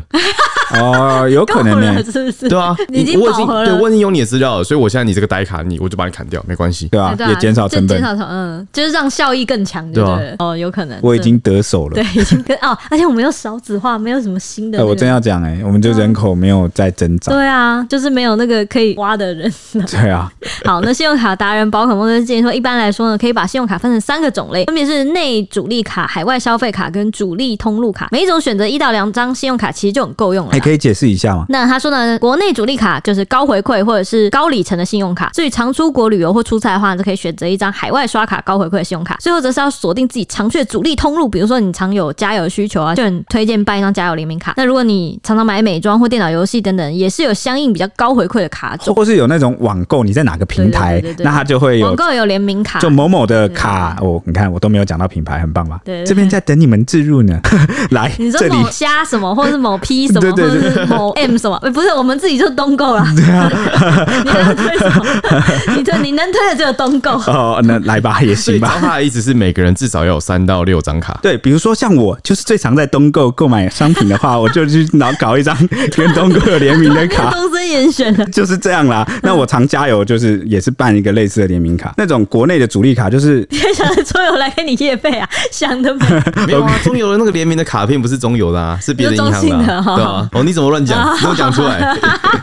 Speaker 3: 哦，有可能
Speaker 2: 够
Speaker 3: 呢、
Speaker 2: 了是不是？
Speaker 4: 对啊，
Speaker 2: 你已经
Speaker 4: 我已经
Speaker 2: 饱和了
Speaker 4: 对，我已经有你的资料了，所以我现在你这个呆卡，你我就把你砍掉，没关系。
Speaker 3: 对吧、
Speaker 2: 哎对啊
Speaker 3: 也减少
Speaker 2: 就
Speaker 3: 成
Speaker 2: 减
Speaker 3: 本。
Speaker 2: 少成嗯，就是让效益更强，对
Speaker 4: 对啊
Speaker 2: 了。哦，有可能，
Speaker 3: 我已经得手了
Speaker 2: 对。对已经跟哦，而且我们又少子化，没有什么新的
Speaker 3: 哎、
Speaker 2: 那个、
Speaker 3: 我真要讲哎、我
Speaker 2: 嗯
Speaker 3: 们就人口没有在增长。
Speaker 2: 对啊，就是没有那个可以挖的人。
Speaker 3: 对啊，
Speaker 2: 好，那信用卡达人宝可梦呢？建议说，一般来说呢，可以把信用卡分成三个种类，分别是内主力卡、海外消费卡跟主力通路卡。每一种选择一到两张信用卡，其实就很够用了
Speaker 3: 还、哎
Speaker 2: 啦。
Speaker 3: 可以解释一下吗？
Speaker 2: 那他说呢，国内主力卡就是高回馈或者是高里程的信用卡。至于常出国旅游或出差的话，就可以选择一张海外刷卡高回馈的信用卡。最后则是要锁定自己常去的主力通路，比如说你常有加油需求啊，就很推荐办一张加油联名卡。那如果你常常买美妆或电脑游戏等等，也是有相应比较高回馈的卡种。
Speaker 3: 或是有那种网购，你在哪个平台
Speaker 2: 哦对对对，对对
Speaker 3: 那它就会
Speaker 2: 网
Speaker 3: 有
Speaker 2: 购有联名卡，
Speaker 3: 哎就某某的卡。哦，你看我都没有讲到品牌，很棒吧？
Speaker 2: 对对对
Speaker 3: 这边在等你们置入呢。 来
Speaker 2: 你
Speaker 3: 这
Speaker 2: 说
Speaker 3: 里，
Speaker 2: 某虾什么，或者是某 P 什么，
Speaker 3: 对对对
Speaker 2: 或者是某 M 什么？呃不是，我们自己就是东 购啦。对啊， 你能推什么？ 你推你能推的只有东购。
Speaker 3: 哦，那来吧，也
Speaker 4: 所以
Speaker 3: 行 吧。
Speaker 4: 他的意思是每个人至少要有三到六张卡。
Speaker 3: 对，比如说像我，就是最常在东购购买商品的话， 我就去搞搞一张跟东购有联名的卡。
Speaker 2: 东森严选了，
Speaker 3: 就是这样啦。
Speaker 2: 嗯
Speaker 3: 那我常加油，就是也是办一个类似的联名卡，那种国内的主力卡， 就是
Speaker 2: 别想着桌游来给你业费啊， 想 得美。
Speaker 4: 没有啊， 中油的那个联名的卡片不是中油的啊，是别的银
Speaker 2: 是中
Speaker 4: 行
Speaker 2: 信
Speaker 4: 的、
Speaker 2: 的
Speaker 4: 啊，
Speaker 2: 哈
Speaker 4: 对啊。哦，你怎么乱 讲？你给我讲出来。哦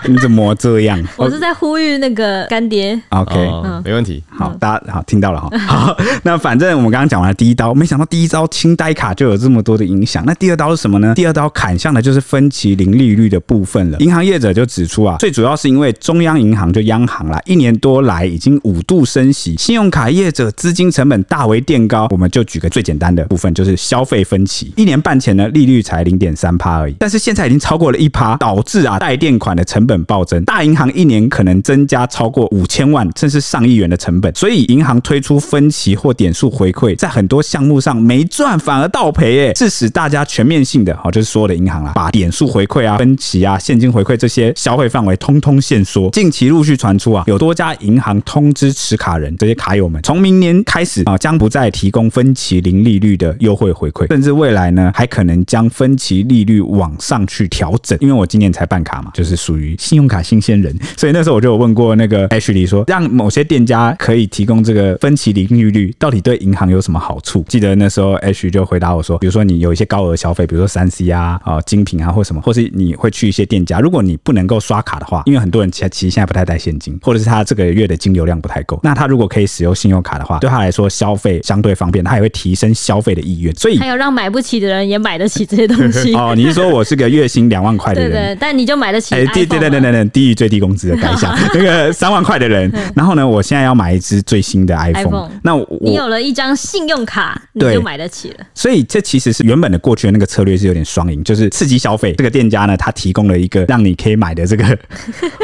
Speaker 3: 你怎么这样
Speaker 2: 我是在呼吁那个干爹，
Speaker 3: ？OK，
Speaker 4: 哦，没问题。
Speaker 3: 好，大家好听到了哈。好， 那反正我们刚刚讲完了第一刀，没想到第一招清呆卡就有这么多的影响。那第二刀是什么呢？第二刀砍向的就是分期零利率的部分了。银行业者就指出啊，最主要是因为中央银行就央行啦，一年多来已经五度升息，信用卡业者资金成本大为垫高。我们就举个最简单的部分，就是消费分期，一年半前呢利率才零点三趴而已，但是现在已经超过了一趴，导致啊贷垫款的成本暴增，大银行一年可能增加超过五千万甚至上亿元的成本，所以银行推出分期或点数回馈，在很多项目上没赚反而倒赔，耶，致使大家全面性的，哦，就是所有的银行啦，把点数回馈啊、分期啊、现金回馈这些消费范围通通限缩。近期陆续传出啊，有多家银行通知持卡人这些卡友们，从明年开始啊，将不再提供分期零利率的优惠回馈，甚至未来呢，还可能将分期利率往上去调整，因为我今年才办卡嘛，就是属于信用卡新鲜人， 所以那时候我就有问过那个 Ashley 说，让某些店家可以提供这个分期零利率，到底对银行有什么好处？记得那时候 Ashley 就回答我说，比如说你有一些高额消费，比如说三 C 啊、啊、精品啊或什么，或是你会去一些店家，如果你不能够刷卡的话，因为很多人其实其实现在不太带现金，或者是他这个月的金流量不太够，那他如果可以使用信用卡的话，对他来说消费相对方便，他也会提升消费的意愿，所以
Speaker 2: 还有让买不起的人也买得起这些东 西。
Speaker 3: 哦，你是说我是个月薪两万块的
Speaker 2: 对
Speaker 3: 人？
Speaker 2: 对，但你就买得起
Speaker 3: 哎，
Speaker 2: iPhone 啊嘛。
Speaker 3: 对对对对对对，低于最低工资的改一下， 那个三万块的人。然后呢，我现在要买一只最新的 iPhone，
Speaker 2: 嗯 iPhone
Speaker 3: 那我
Speaker 2: 你有了一张信用卡，你
Speaker 3: 对
Speaker 2: 就买得起了。
Speaker 3: 所以这其实是原本的过去的那个策略是有点双赢，就是刺激消费。这个店家呢，他提供了一个让你可以买的这 个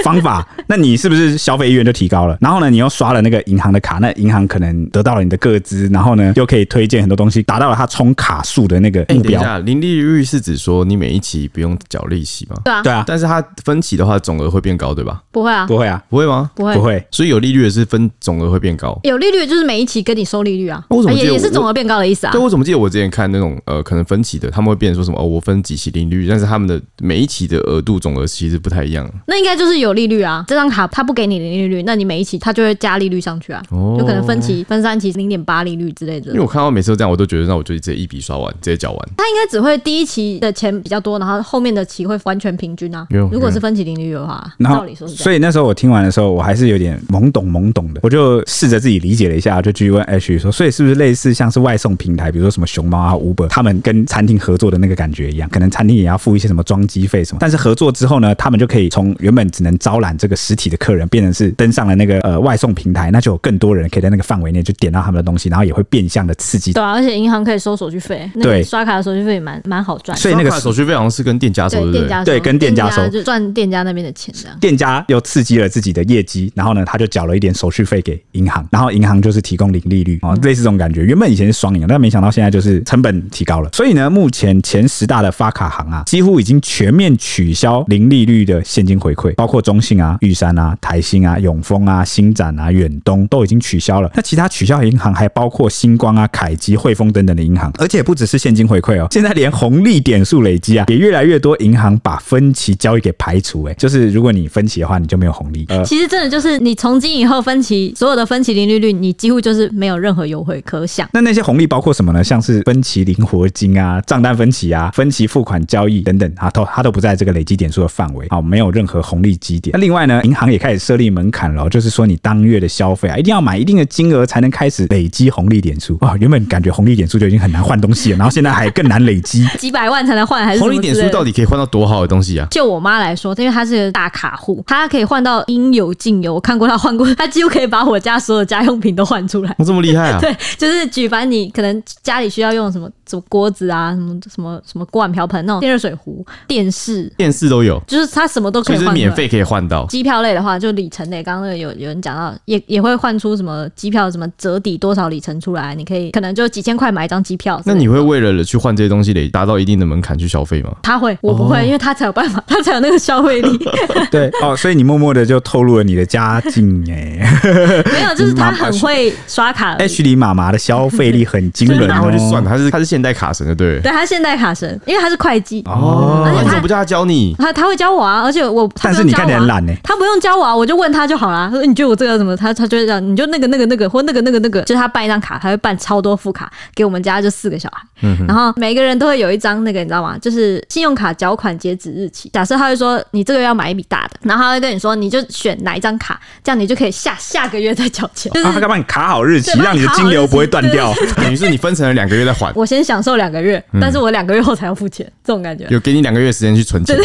Speaker 3: 方法，那你是不是消费意愿就提高了？然后呢，你又刷了那个银行的卡，那银行可能得到了你的个资，然后呢又可以推荐很多东西，达到了他充卡数的那个
Speaker 4: 哎
Speaker 3: 目
Speaker 4: 等一
Speaker 3: 标。
Speaker 4: 下，零利率是指说你每一期不用缴利息吗？
Speaker 2: 对啊，
Speaker 3: 对啊，
Speaker 4: 但是它分期的话，总额会变高，对吧？
Speaker 2: 不会啊，
Speaker 3: 不会啊，
Speaker 4: 不会吗？
Speaker 2: 不会
Speaker 3: 不会。
Speaker 4: 所以有利率的是分总额会变高。
Speaker 2: 有利率就是每一期跟你收利率啊，
Speaker 4: 那我怎么记
Speaker 2: 也
Speaker 4: 得
Speaker 2: 也是
Speaker 4: 我
Speaker 2: 总额变高的意思啊
Speaker 4: 对，。我怎么记得我之前看那种呃，可能分期的，他们会变成说什么哦，我分几期零利率，但是他们的每一期的额度总额其实不太一样。
Speaker 2: 那应该就是有利率啊，这张卡它不给你零利率，那你每一期它就会加利率上去啊，
Speaker 4: 哦
Speaker 2: 就可能分期、分三期零点八利率之类的
Speaker 4: 因为。我看到每次都这样，我都觉得那我就直接一笔刷完，直接缴完。
Speaker 2: 它应该只会第一期的钱比较多，然后后面的期会完全平均啊
Speaker 4: 没有。
Speaker 2: 如果是分期零利率的话，
Speaker 3: 然
Speaker 2: 照
Speaker 3: 后
Speaker 2: 理，说是这样。
Speaker 3: 所以那时候我听完的时候，我还是有点懵懂懵懂的，我就试着自己理解了一下，就去问 H 说，所以是不是类似像是外送平台，比如说什么熊猫啊、Uber，他们跟餐厅合作的那个感觉一样，可能餐厅也要付一些什么装机费什么，但是合作之后呢，他们就可以从原本只能招揽这个实体的客人，变成是登上了那个呃外送平台，那就有更多人可以在那个范围内就点到他们的东西，然后也会变相的刺激。
Speaker 2: 对啊，而且银行可以收手续费，那
Speaker 3: 对
Speaker 2: 个刷卡的手续费也蛮蛮好赚的。
Speaker 3: 所以那个
Speaker 4: 刷卡手续费好像是跟店家收，对不
Speaker 2: 店
Speaker 4: 对？
Speaker 2: 家收
Speaker 3: 对跟店家收
Speaker 2: 就赚店家那边的钱这样。
Speaker 3: 店家又刺激了自己的业绩，然后呢，他就缴了一点手续费给银行，然后银行就是提供零利率哦，类似这种感觉。原本以前是双赢，但没想到现在就是成本提高了。所以呢，目前前十大的发卡行啊，几乎已经全面取消零利率的现金回馈，包括中信啊、玉山啊、台新啊、永丰啊、新展啊、远东都已经取消了。那其他取消的银行还包括星光啊、凯基、汇丰等等的银行，而且不只是现金回馈哦，现 在连红利点数累积啊，也越来越多银行把分期交易给排除、欸。就是如果你分期的话，你就没有红利。呃，
Speaker 2: 其实真的就是你从今以后分期所有的分期零利率，你几乎就是没有任何优惠可享。
Speaker 3: 那那些红利包括什么呢？像是分期灵活金啊、账单分期啊、分期付款交易等等啊，都它都不在这个累积点数的范围啊，没有任何红利基点。那另外呢，银行也开始设立门槛了哦，就是说你当月的消费啊，一定要买一定的金额才能开始累积红利点数。哇，原本感觉红利点数就已经很难换东西了，然后现在还更难累积。
Speaker 2: 几百万才能换，还是
Speaker 4: 红利点数到
Speaker 2: 底？
Speaker 4: 底可以换到多好的东西啊？
Speaker 2: 就我妈来说，因为她是个大卡户，她可以换到应有尽有。我看过她换过，她几乎可以把我家所有家用品都换出来。
Speaker 4: 我、这么厉害啊！
Speaker 2: 对，就是举凡你可能家里需要用什么什么锅子啊，什么什么什么锅碗瓢盆那种电热水壶、电视，
Speaker 4: 电视都有，
Speaker 2: 就是她什么都可
Speaker 4: 所
Speaker 2: 以换
Speaker 4: 以是
Speaker 2: 出来。
Speaker 4: 免费可以换到。
Speaker 2: 机票类的话，就里程类，刚刚那个有有人讲到，也也会换出什么机票什么折抵多少里程出来，你可以可能就几千块买一张机票。
Speaker 4: 那你会为了去换这些东西得达到一定的门槛去消费吗？
Speaker 2: 他会，我不会，因为他才有办法， 他才有那个消费力。
Speaker 3: 对 哦，所以你默默的就透露了你的家境哎、
Speaker 2: 没有，就是他很会刷卡而已。
Speaker 3: H 里妈妈的消费力很惊人、
Speaker 4: 拿
Speaker 3: 哦，
Speaker 4: 回去算，他是他是现代卡神的，对。
Speaker 2: 对他现代卡神，因为他是会计，
Speaker 4: 哦，
Speaker 2: 而
Speaker 4: 那
Speaker 2: 且
Speaker 4: 你怎么
Speaker 2: 他
Speaker 4: 不叫他教 你？
Speaker 2: 他他会教我啊，而且我他
Speaker 3: 但
Speaker 2: 不
Speaker 3: 是
Speaker 2: 用
Speaker 3: 你
Speaker 2: 教我
Speaker 3: 看起来
Speaker 2: 啊
Speaker 3: 很懒呢、哎
Speaker 2: 他不用教我啊，我就问他就好啦。他说你觉得我这个怎么？他他就会讲，你就那个那个那个或那个那个那个，就是他办一张卡，他会办超多副卡给我们家就四个小孩，然后每个人都会有一张那个你知道吗？就是信用卡缴款截止日期。假设他会说你这个要买一笔大的，然后他会跟你说你就选哪一张卡，这样你就可以下下个月再缴钱。就是
Speaker 3: 啊，他该帮你卡好日期，
Speaker 2: 对
Speaker 3: 让你的金流不会断掉。
Speaker 4: 等于是你分成了两个月再还，
Speaker 2: 我先享受两个月，但是我两个月后才要付钱，这种感觉。
Speaker 4: 有给你两个月时间去存钱。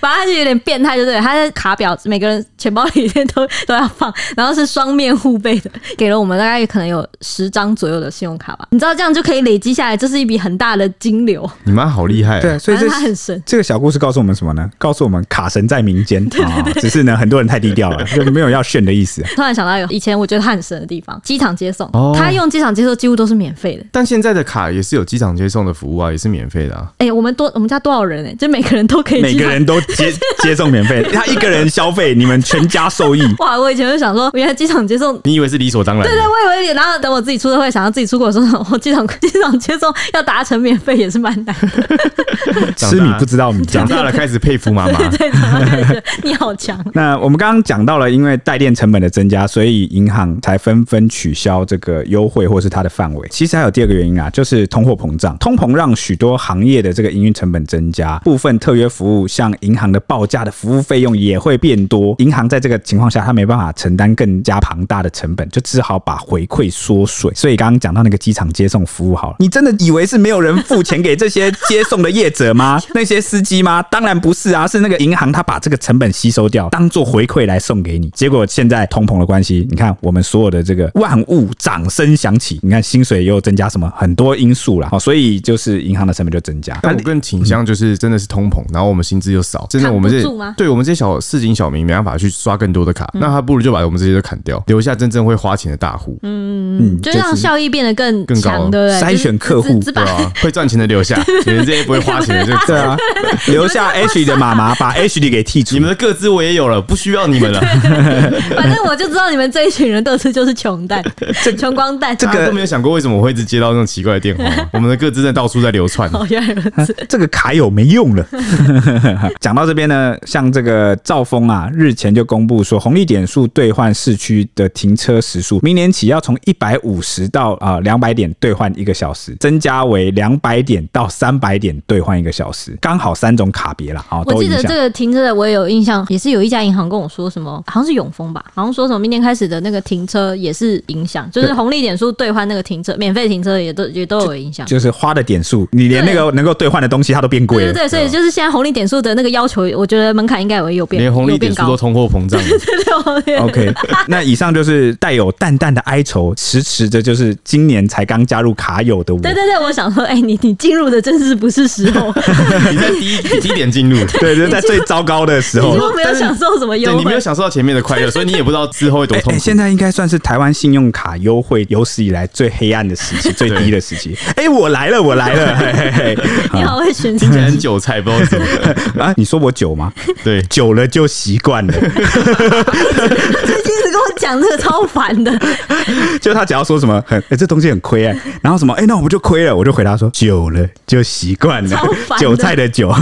Speaker 2: 反正他就有点变态，就对了，他的卡表每个人钱包里面都都要放，然后是双面互背的，给了我们大概可能有十张左右的信用卡吧。你知道这样就可以累积下来，这是一笔很大的金流，
Speaker 4: 你妈好厉害、啊！
Speaker 3: 对，所以
Speaker 2: 反
Speaker 3: 这
Speaker 2: 正他很神。
Speaker 3: 这个小故事告诉我们什么呢？告诉我们卡神在民间啊，只是呢很多人太低调了，就没有要炫的意 思。
Speaker 2: 突然想到一个以前我觉得他很神的地方，机场接送，
Speaker 4: 哦
Speaker 2: 他用机场接送几乎都是免费的。
Speaker 4: 但现在的卡也是有机场接送的服务啊，也是免费的啊。
Speaker 2: 哎、我们多我们家多少人哎、就每个人都可以
Speaker 3: 每
Speaker 2: 机
Speaker 3: 个
Speaker 2: 场
Speaker 3: 人都 接接送免费，他一个人消费，你们全家受益。
Speaker 2: 哇！我以前就想说，原来机场接送
Speaker 4: 你以为是理所当然的？
Speaker 2: 对对，啊我以为，然后等我自己出社会，想要 自己出国的时候，我机场机场接送要达成免费也是蛮难的。
Speaker 4: 长大了
Speaker 3: 吃米不知道米价
Speaker 4: 长。大了开始佩服妈妈，
Speaker 3: 啊
Speaker 2: 对，啊长大就觉得你好强。
Speaker 3: 那我们刚刚讲到了，因为代练成本的增加，所以银行才纷纷取消这个优惠或是它的范围。其实还有第二个原因啊，就是通货膨胀。通膨让许多行业的这个营运成本增加，部分特约服务像银行的报价的服务费用也会变多。银行在这个情况下，它没办法承担更加庞大的成本，就只好把回馈缩水。所以刚刚讲到那个机场接送服务，好了，你真的以为是没有人付钱给这些接送的业者吗？那些司机吗？当然不是啊，是那个银行它把这个成本吸收掉，当做回馈来送给你。结果现在通膨的关系，你看我们所有的这个万物掌声响起，你看薪水又增加，什么很多因素啦，哦，所以就是银行的成本就增加。
Speaker 4: 但我更倾向就是真的是通膨，然后我们薪资又少，真的
Speaker 2: 扛
Speaker 4: 我们这
Speaker 2: 不住吗嗯
Speaker 4: 对我们这些小市井小民没办法去刷更多的卡，那他不如就把我们这些都砍掉，留下真正会花钱的大户，
Speaker 3: 嗯，
Speaker 2: 就让效益变得更
Speaker 4: 更高
Speaker 2: 强，对不对？
Speaker 3: 筛选客户
Speaker 2: 就是只只
Speaker 4: 对
Speaker 2: 把
Speaker 4: 吧？啊会赚钱的留下，你们这些不会花钱的就
Speaker 3: 对 啊，留下 H 的妈妈，把 H 给剔除。
Speaker 4: 你们的各自我也有了，不需要你 们了，
Speaker 2: 反正我就知道你们这一群人都是就是穷蛋，穷光蛋。
Speaker 3: 这
Speaker 4: 大
Speaker 3: 个
Speaker 4: 家都没有想过为什么我会一直接到那种奇怪的 电话，我们的各自在到处在流窜。
Speaker 2: 哦，原来如此。
Speaker 3: 这个卡友没用了。 讲到这边呢，像这个兆丰啊，日前就公布说，红利点数兑换市区的停车时数，明年起要从一百五十到啊两百点兑换一个小时，增加为两百点到三百点兑换一个小时，刚好三种卡别啦，啊、
Speaker 2: 我
Speaker 3: 都
Speaker 2: 记
Speaker 3: 影
Speaker 2: 得这
Speaker 3: 响。
Speaker 2: 个停车的我也有印象，也是有一家银行跟我说什么，好像是永丰吧，好像说什么明天开始的那个停车也是影响，就是红利点数兑换那个停车免费停车也都也都有影响。
Speaker 3: 就是花的点数，你连那个能够兑换的东西它都变贵
Speaker 2: 对
Speaker 3: 了。
Speaker 2: 对对，所以就是现在红利点数的那个要求，我觉得门槛应该也会有变，
Speaker 4: 连红利
Speaker 2: 有变
Speaker 4: 点数
Speaker 2: 高
Speaker 4: 都通货膨胀了，
Speaker 3: OK，那以上就是带有淡淡的哀愁，迟迟的就是今年才刚加入卡友的我。
Speaker 2: 对对对，我想说，哎、你你进入的真是不是时候，
Speaker 4: 你在第一低点进入，
Speaker 3: 对，就是在最糟糕的时
Speaker 2: 你
Speaker 3: 候
Speaker 2: 就。没有享受什么
Speaker 4: 对
Speaker 2: 优
Speaker 4: 你没
Speaker 2: 惠
Speaker 4: 有。享受到前面的快乐，所以你也不知道之后会 多
Speaker 3: 哎、
Speaker 4: 痛
Speaker 3: 哎
Speaker 4: 苦。
Speaker 3: 现在应该算是台湾信用卡优惠有史以来最黑暗的时 期，最低的时期。哎、我来了，我来了！嘿嘿嘿
Speaker 2: 你好会选 择
Speaker 4: 听，起来很韭菜，不知道怎么了。
Speaker 3: 啊，你说我久吗？
Speaker 4: 对，
Speaker 3: 久了就习惯 了。
Speaker 2: 最近一直跟我讲这个超烦的，
Speaker 3: 就他只要说什么很，哎、这东西很亏哎、然后什么，哎、那我们就亏了，我就回答说久了就习惯了
Speaker 2: 超烦，的
Speaker 3: 韭菜的 韭。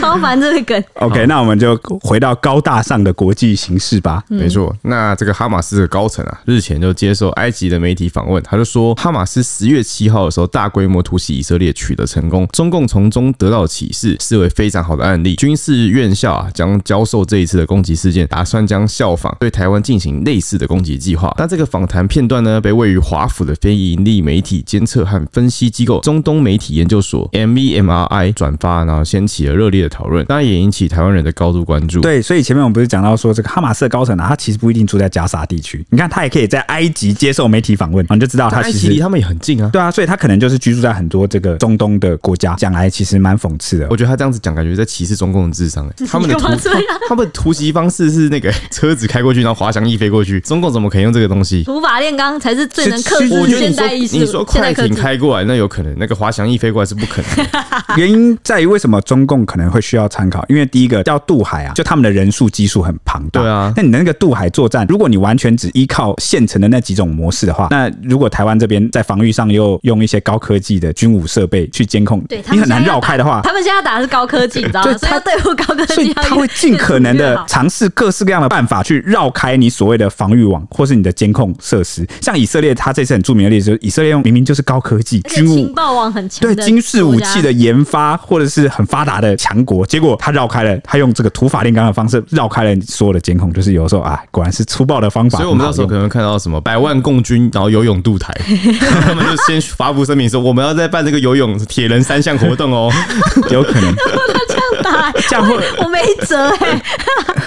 Speaker 2: 超烦这个梗。
Speaker 3: OK，那我们就回到高大上的国际形势吧。
Speaker 4: 没错，那这个哈马斯的高层啊，日前就接受埃及的媒体访问，他就说，哈马斯十月七号的时候大规模突袭以色列取得成功，中共从中得到启示，视为非常好的案例。军事院校啊将教授这一次的攻击事件，打算将效仿对台湾进行类似的攻击计划。那这个访谈片段呢，被位于华府的非盈利媒体监测和分析机构中东媒体研究所 E （MEMRI） 转发，然后掀起了热烈的讨论，当然也引起台湾人的高度关注。
Speaker 3: 对，所以前面我们不是讲到说，这个哈马斯的高层啊，他其实不一定住在加沙地区，你看他也可以在埃及接受媒体访问，啊你就知道他
Speaker 4: 埃
Speaker 3: 其
Speaker 4: 及离
Speaker 3: 实。
Speaker 4: 他们也很近啊。
Speaker 3: 对啊，所以他可能就是居住在很多这个中东的国家，讲来其实蛮讽刺的
Speaker 4: 我。觉得他这样子讲，感觉在歧视中共的智商、 欸。他们的
Speaker 2: 你
Speaker 4: 突
Speaker 2: 干嘛这样
Speaker 4: 他们的突袭方式是 那个车子开过去，然后滑翔翼飞过去。中共怎么可能用这个东西？
Speaker 2: 土法炼钢才是最能克
Speaker 3: 是
Speaker 2: 服
Speaker 4: 我觉得
Speaker 2: 现
Speaker 4: 你说
Speaker 2: 代艺术
Speaker 4: 你说、
Speaker 2: 现代
Speaker 4: 快
Speaker 2: 科
Speaker 4: 艇
Speaker 2: 技。
Speaker 4: 开过来，那有可能；那个滑翔翼飞过来是不可 能的。
Speaker 3: 原因在于为什么中共可能会需要参考，因为第一个叫渡海啊，就他们的人数基数很庞大。
Speaker 4: 对啊
Speaker 3: 那你那个渡海作战，如果你完全只依靠现成的那几种模式的话，那如果台湾这边在防御上又用一些高科技的军武设备去监控
Speaker 2: 对，，他
Speaker 3: 你
Speaker 2: 们
Speaker 3: 很难
Speaker 2: 现在要
Speaker 3: 绕开的话
Speaker 2: 打，他们现在打的是高科技，你知道吗？
Speaker 3: 对
Speaker 2: 所以
Speaker 3: 他
Speaker 2: 要对付 高科技，
Speaker 3: 所以他会尽可能
Speaker 2: 要越
Speaker 3: 的
Speaker 2: 好
Speaker 3: 尝试各式各样的办法去绕开你所谓的防御网或是你的监控设施。像以色列，它这次很著名的例子，就是以色列用明明就是高科技
Speaker 2: 而且
Speaker 3: 军
Speaker 2: 情
Speaker 3: 武。
Speaker 2: 报网很强
Speaker 3: 对
Speaker 2: 的
Speaker 3: 军事武器的
Speaker 2: 国家，
Speaker 3: 研发，或者是很发达的强国，结果他绕开了，他用这个土法炼钢的方式绕开了所有的监控，就是有时候啊，果然是粗暴的方法。
Speaker 4: 所以我们
Speaker 3: 很好
Speaker 4: 到时候
Speaker 3: 用
Speaker 4: 可能会看到什么百万共军，然后游泳 渡台，他们就先发布声明说，我们要在办这个游泳铁人三项活动 哦。
Speaker 3: 有可能
Speaker 2: 这样打
Speaker 3: 这样会
Speaker 2: 我没辙哎，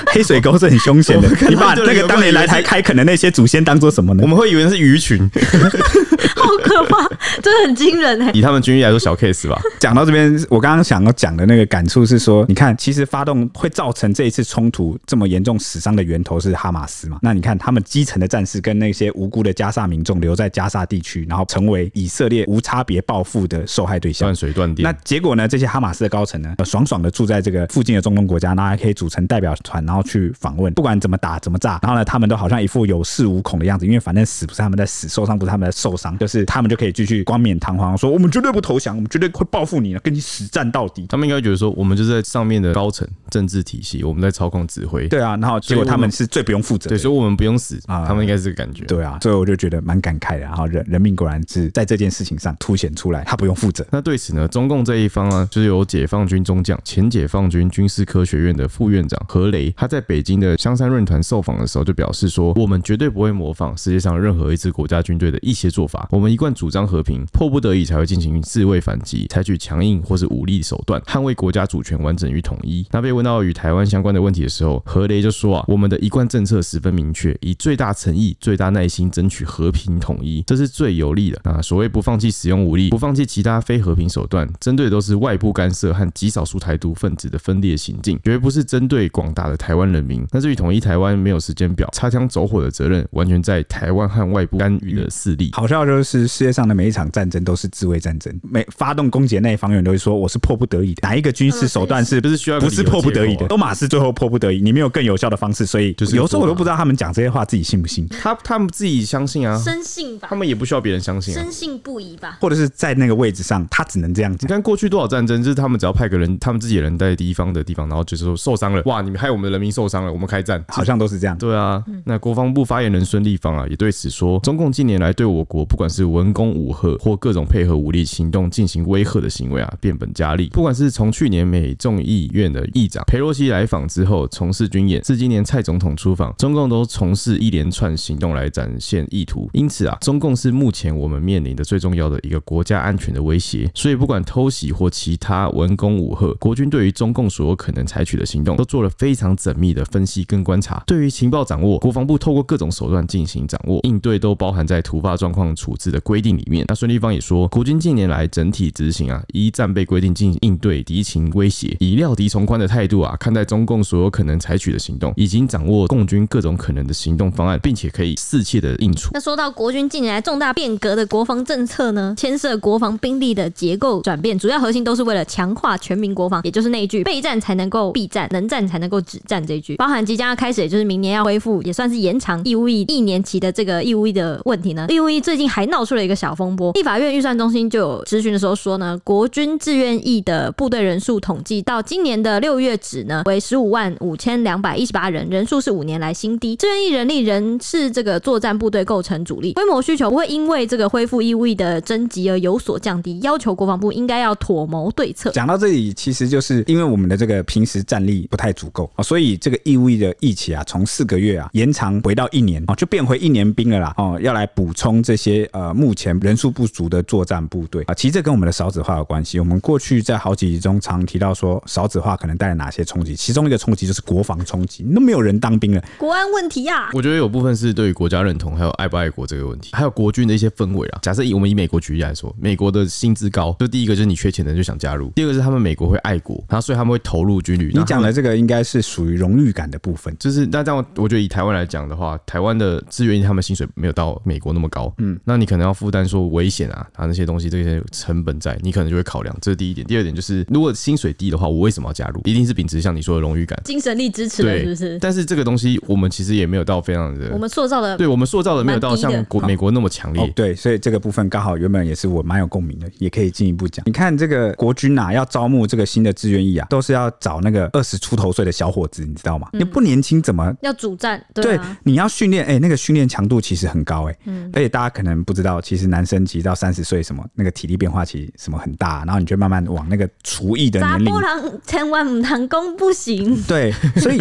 Speaker 3: 黑水沟是很凶险的
Speaker 4: 我们。可能
Speaker 3: 你把
Speaker 4: 就
Speaker 3: 那
Speaker 4: 有
Speaker 3: 个
Speaker 4: 个
Speaker 3: 当年来台开垦的那些祖先当做什么呢
Speaker 4: 我？们会以为是鱼群，
Speaker 2: 好可怕，真的很惊人哎。
Speaker 4: 以他们军力来说小 case 吧。
Speaker 3: 讲到这边，我刚刚想要讲的那个感触是说，你看，其实发动会造成这一次冲突这么严重死伤的源头是哈马斯嘛？那你看，他们基层的战士跟那些无辜的加沙民众留在加沙地区，然后成为以色列无差别报复的受害对象
Speaker 4: 断。水断电
Speaker 3: 那，结果呢？这些哈马斯的高层呢，呃爽爽的住在这个附近的中东国家，然后还可以组成代表团，然后去访问，不管怎么打怎么炸，然后呢，他们都好像一副有恃无恐的样子，因为反正死不是他们在死，受伤不是他们在受伤，堂，就是他们就可以继续冠冕堂皇说我们绝对不投降，我们绝对会报复你的，跟你死战到底。
Speaker 4: 他们应该觉得说，我们就是在上面的高层政治体系，我们在操控指挥。
Speaker 3: 对啊，然后结果他们是最不用负责的
Speaker 4: 对，。所以我们不用死，
Speaker 3: 啊
Speaker 4: 他们应该是这个感觉。
Speaker 3: 对啊，所以我就觉得蛮感慨的啊。然后人人民果然是在这件事情上凸显出来，他不用负责。
Speaker 4: 那对此呢，中共这一方啊，就是由解放军中将、前解放军军事科学院的副院长何雷，他在北京的香山论坛受访的时候就表示说：“我们绝对不会模仿世界上任何一支国家军队的一些做法，我们一贯主张和平，迫不得已才会进行自卫反击，采取强硬或是武力手段，捍卫国家主权完整与统一。”那被问到与台湾相关的问题的时候，哦何雷就说啊：“我们的一贯政策十分明确，以最大诚意、最大耐心争取和平统一，这是最有利的。啊，所谓不放弃使用武力，不放弃其他非和平手段，针对的都是外部干涉和极少数台独分子的分裂行径，绝不是针对广大的台湾人民。那至于统一台湾没有时间表，擦枪走火的责任完全在台湾和外部干预的势力。
Speaker 3: 好笑就是世界上的每一场战争都是自卫战争，每发动攻击的那一方永远都会说我是迫不得已的，哪一个军事手 段是
Speaker 4: 不是需要一个
Speaker 3: 不是
Speaker 4: 理由
Speaker 3: 迫不得已
Speaker 4: 借口
Speaker 3: 的？
Speaker 4: 啊
Speaker 3: 都马是最后迫不得已，你没有更有效的方式，所以
Speaker 4: 就是
Speaker 3: 有时候我
Speaker 4: 说
Speaker 3: 都不知道他们讲这些话自己信不信，
Speaker 4: 他他们自己相信啊，
Speaker 2: 深信吧
Speaker 4: 他，们也不需要别人相信啊。
Speaker 2: 深信不疑吧。
Speaker 3: 或者是在那个位置上他只能这样
Speaker 4: 你
Speaker 3: 讲。
Speaker 4: 看过去多少战争，就是他们只要派个人，他们自己的人在敌方的地方，然后就是说受伤了，哇，你们害我们的人民受伤了，我们开战。
Speaker 3: 好像都是这样，
Speaker 4: 对啊，那国防部发言人孙立方啊，也对此说，中共近年来对我国不管是文攻武吓或各种配合武力行动进行威吓的行为啊，变本加厉。不管是从去年美众议院的议长佩洛西来访之后从事军演，至今年蔡总统出访，中共都从事一连串行动来展现意图。因此啊，中共是目前我们面临的最重要的一个国家安全的威胁。所以，不管偷袭或其他文攻武吓，国军对于中共所有可能采取的行动，都做了非常缜密的分析跟观察。对于情报掌握，国防部透过各种手段进行掌握，应对都包含在突发状况处置的规定里面。那孙立方也说，国军近年来整体执行啊，依战备规定进行应对敌情威胁，以料敌从宽的态度啊，看待中共所有可能采取的行动，已经掌握共军各种可能的行动方案，并且可以适切的应处。
Speaker 2: 那说到国军近年来重大变革的国防政策呢，牵涉国防兵力的结构转变，主要核心都是为了强化全民国防，也就是那一句“备战才能够避战，能战才能够止战”这一句，包含即将要开始，也就是明年要恢复，也算是延长义务役一年期的这个义务役的问题呢。义务役最近还闹出了一个小风波，立法院预算中心就有质询的时候说呢，国军志愿役的部队人数统计到今年的六月止呢，为十五万五千两百一十八人，人数是五年来新低。志愿役人力仍是这个作战部队构成主力，规模需求不会因为这个恢复义务役的征集而有所降低，要求国防部应该要妥谋对策。
Speaker 3: 讲到这里，其实就是因为我们的这个平时战力不太足够哦，所以这个义务役的役期啊，从四个月啊延长回到一年哦，就变回一年兵了啦哦，要来补充这些呃目前人数不足的作战部队啊。其实这跟我们的少子化有关系。我们过去在好几集中常提到说，少子化可能带来哪些冲击，其中一个冲击就是国防冲击，都没有人当兵了，
Speaker 2: 国安问题啊呀、
Speaker 4: 我觉得有部分是对于国家认同，还有爱不爱国这个问题，还有国军的一些氛围啊。假设以我们以美国举例来说，美国的薪资高，就第一个就是你缺钱的人就想加入，第二个是他们美国会爱国，然后所以他们会投入军旅。
Speaker 3: 你
Speaker 4: 然后他
Speaker 3: 讲
Speaker 4: 们
Speaker 3: 的这个应该是属于荣誉感的部分。
Speaker 4: 就是那这样，我觉得以台湾来讲的话，台湾的志愿役他们薪水没有到美国那么高，嗯，那你可能要负担说危险啊，啊那些东西这些成本在，你可能就会考量，这是第一点。第二点就是，如果薪水低的话，我为什么要加入？一定是秉持像你说的荣誉感。
Speaker 2: 精神力支持了
Speaker 4: 对，
Speaker 2: 是不是？
Speaker 4: 但是这个东西我们其实也没有到非常的，
Speaker 2: 我们塑造了
Speaker 4: 对我们塑造的没有到
Speaker 2: 蛮低的
Speaker 4: 像国美国那么强
Speaker 3: 哦
Speaker 4: 烈，。
Speaker 3: 对，所以这个部分刚好原本也是我蛮有共鸣的，也可以进一步讲。你看这个国军啊，要招募这个新的志愿役啊，都是要找那个二十出头岁的小伙子，你知道吗？你不年轻怎么？
Speaker 2: 要主战，嗯对
Speaker 3: 对
Speaker 2: 啊。，嗯
Speaker 3: 你要训练，哎、那个训练强度其实很高、哎，而且大家可能不知道，其实男生其实到三十岁，什么那个体力变化其实什么很大，啊然后你就慢慢往那个厨艺的
Speaker 2: 砸
Speaker 3: 年龄
Speaker 2: 波浪千万唔能攻不行，
Speaker 3: 对，所以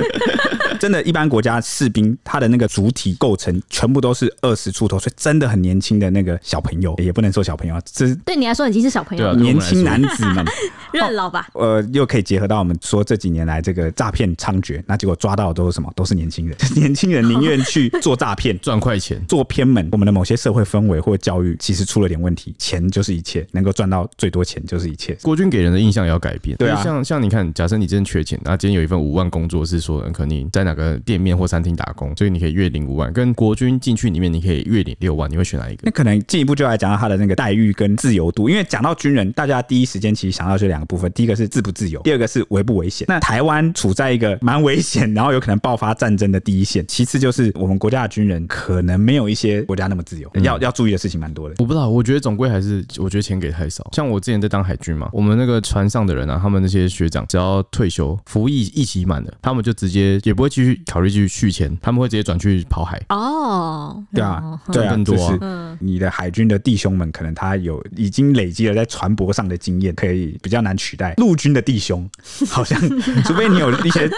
Speaker 3: 真的，一般国家士兵他的那个主体构成全部都是二十出头，所以真的很年轻的那个小朋友，也不能说小朋友啊，这是
Speaker 2: 对你来说已经是小朋友
Speaker 4: 对啊。
Speaker 2: 了，
Speaker 3: 年轻男子们。
Speaker 2: 认老吧。
Speaker 3: 呃，又可以结合到我们说这几年来这个诈骗猖獗，那结果抓到的都是什么？都是年轻人， 年轻人宁愿去做诈骗
Speaker 4: 赚快钱，
Speaker 3: 做偏门，我们的某些社会氛围或教育其实出了点问题。钱就是一切，能够赚到最多钱就是一切。
Speaker 4: 国军给人的印象也要改变。
Speaker 3: 对啊
Speaker 4: 因为像像你看，假设你真的缺钱，然后今天有一份五万工作是说，呃可能你在哪个店面或餐厅打工，所以你可以月领五万，跟国军进去里面你可以月领六万，你会选哪一个
Speaker 3: 那？可能进一步就来讲到他的那个待遇跟自由度，因为讲到军人，大家第一时间其实想到就两个部分，第一个是自不自由，第二个是危不危险。那台湾处在一个蛮危险，然后有可能爆发战争的第一线，其次就是我们国家的军人可能没有一些国家那么自由，要要注注意的事情蛮多的。
Speaker 4: 我不知道，我觉得总归还是，我觉得钱给太少。像我之前在当海军嘛，我们那个船上的人啊，他们那些学长，只要退休服役一期满了，他们就直接也不会继续考虑继续续签，他们会直接转去跑海。
Speaker 2: 哦，
Speaker 3: 对啊，对啊，
Speaker 4: 更
Speaker 3: 就
Speaker 4: 多啊
Speaker 3: 是
Speaker 2: 嗯，
Speaker 3: 你的海军的弟兄们，可能他有已经累积了在船舶上的经验，可以比较难取 代陆军的弟兄，好像除非你有一些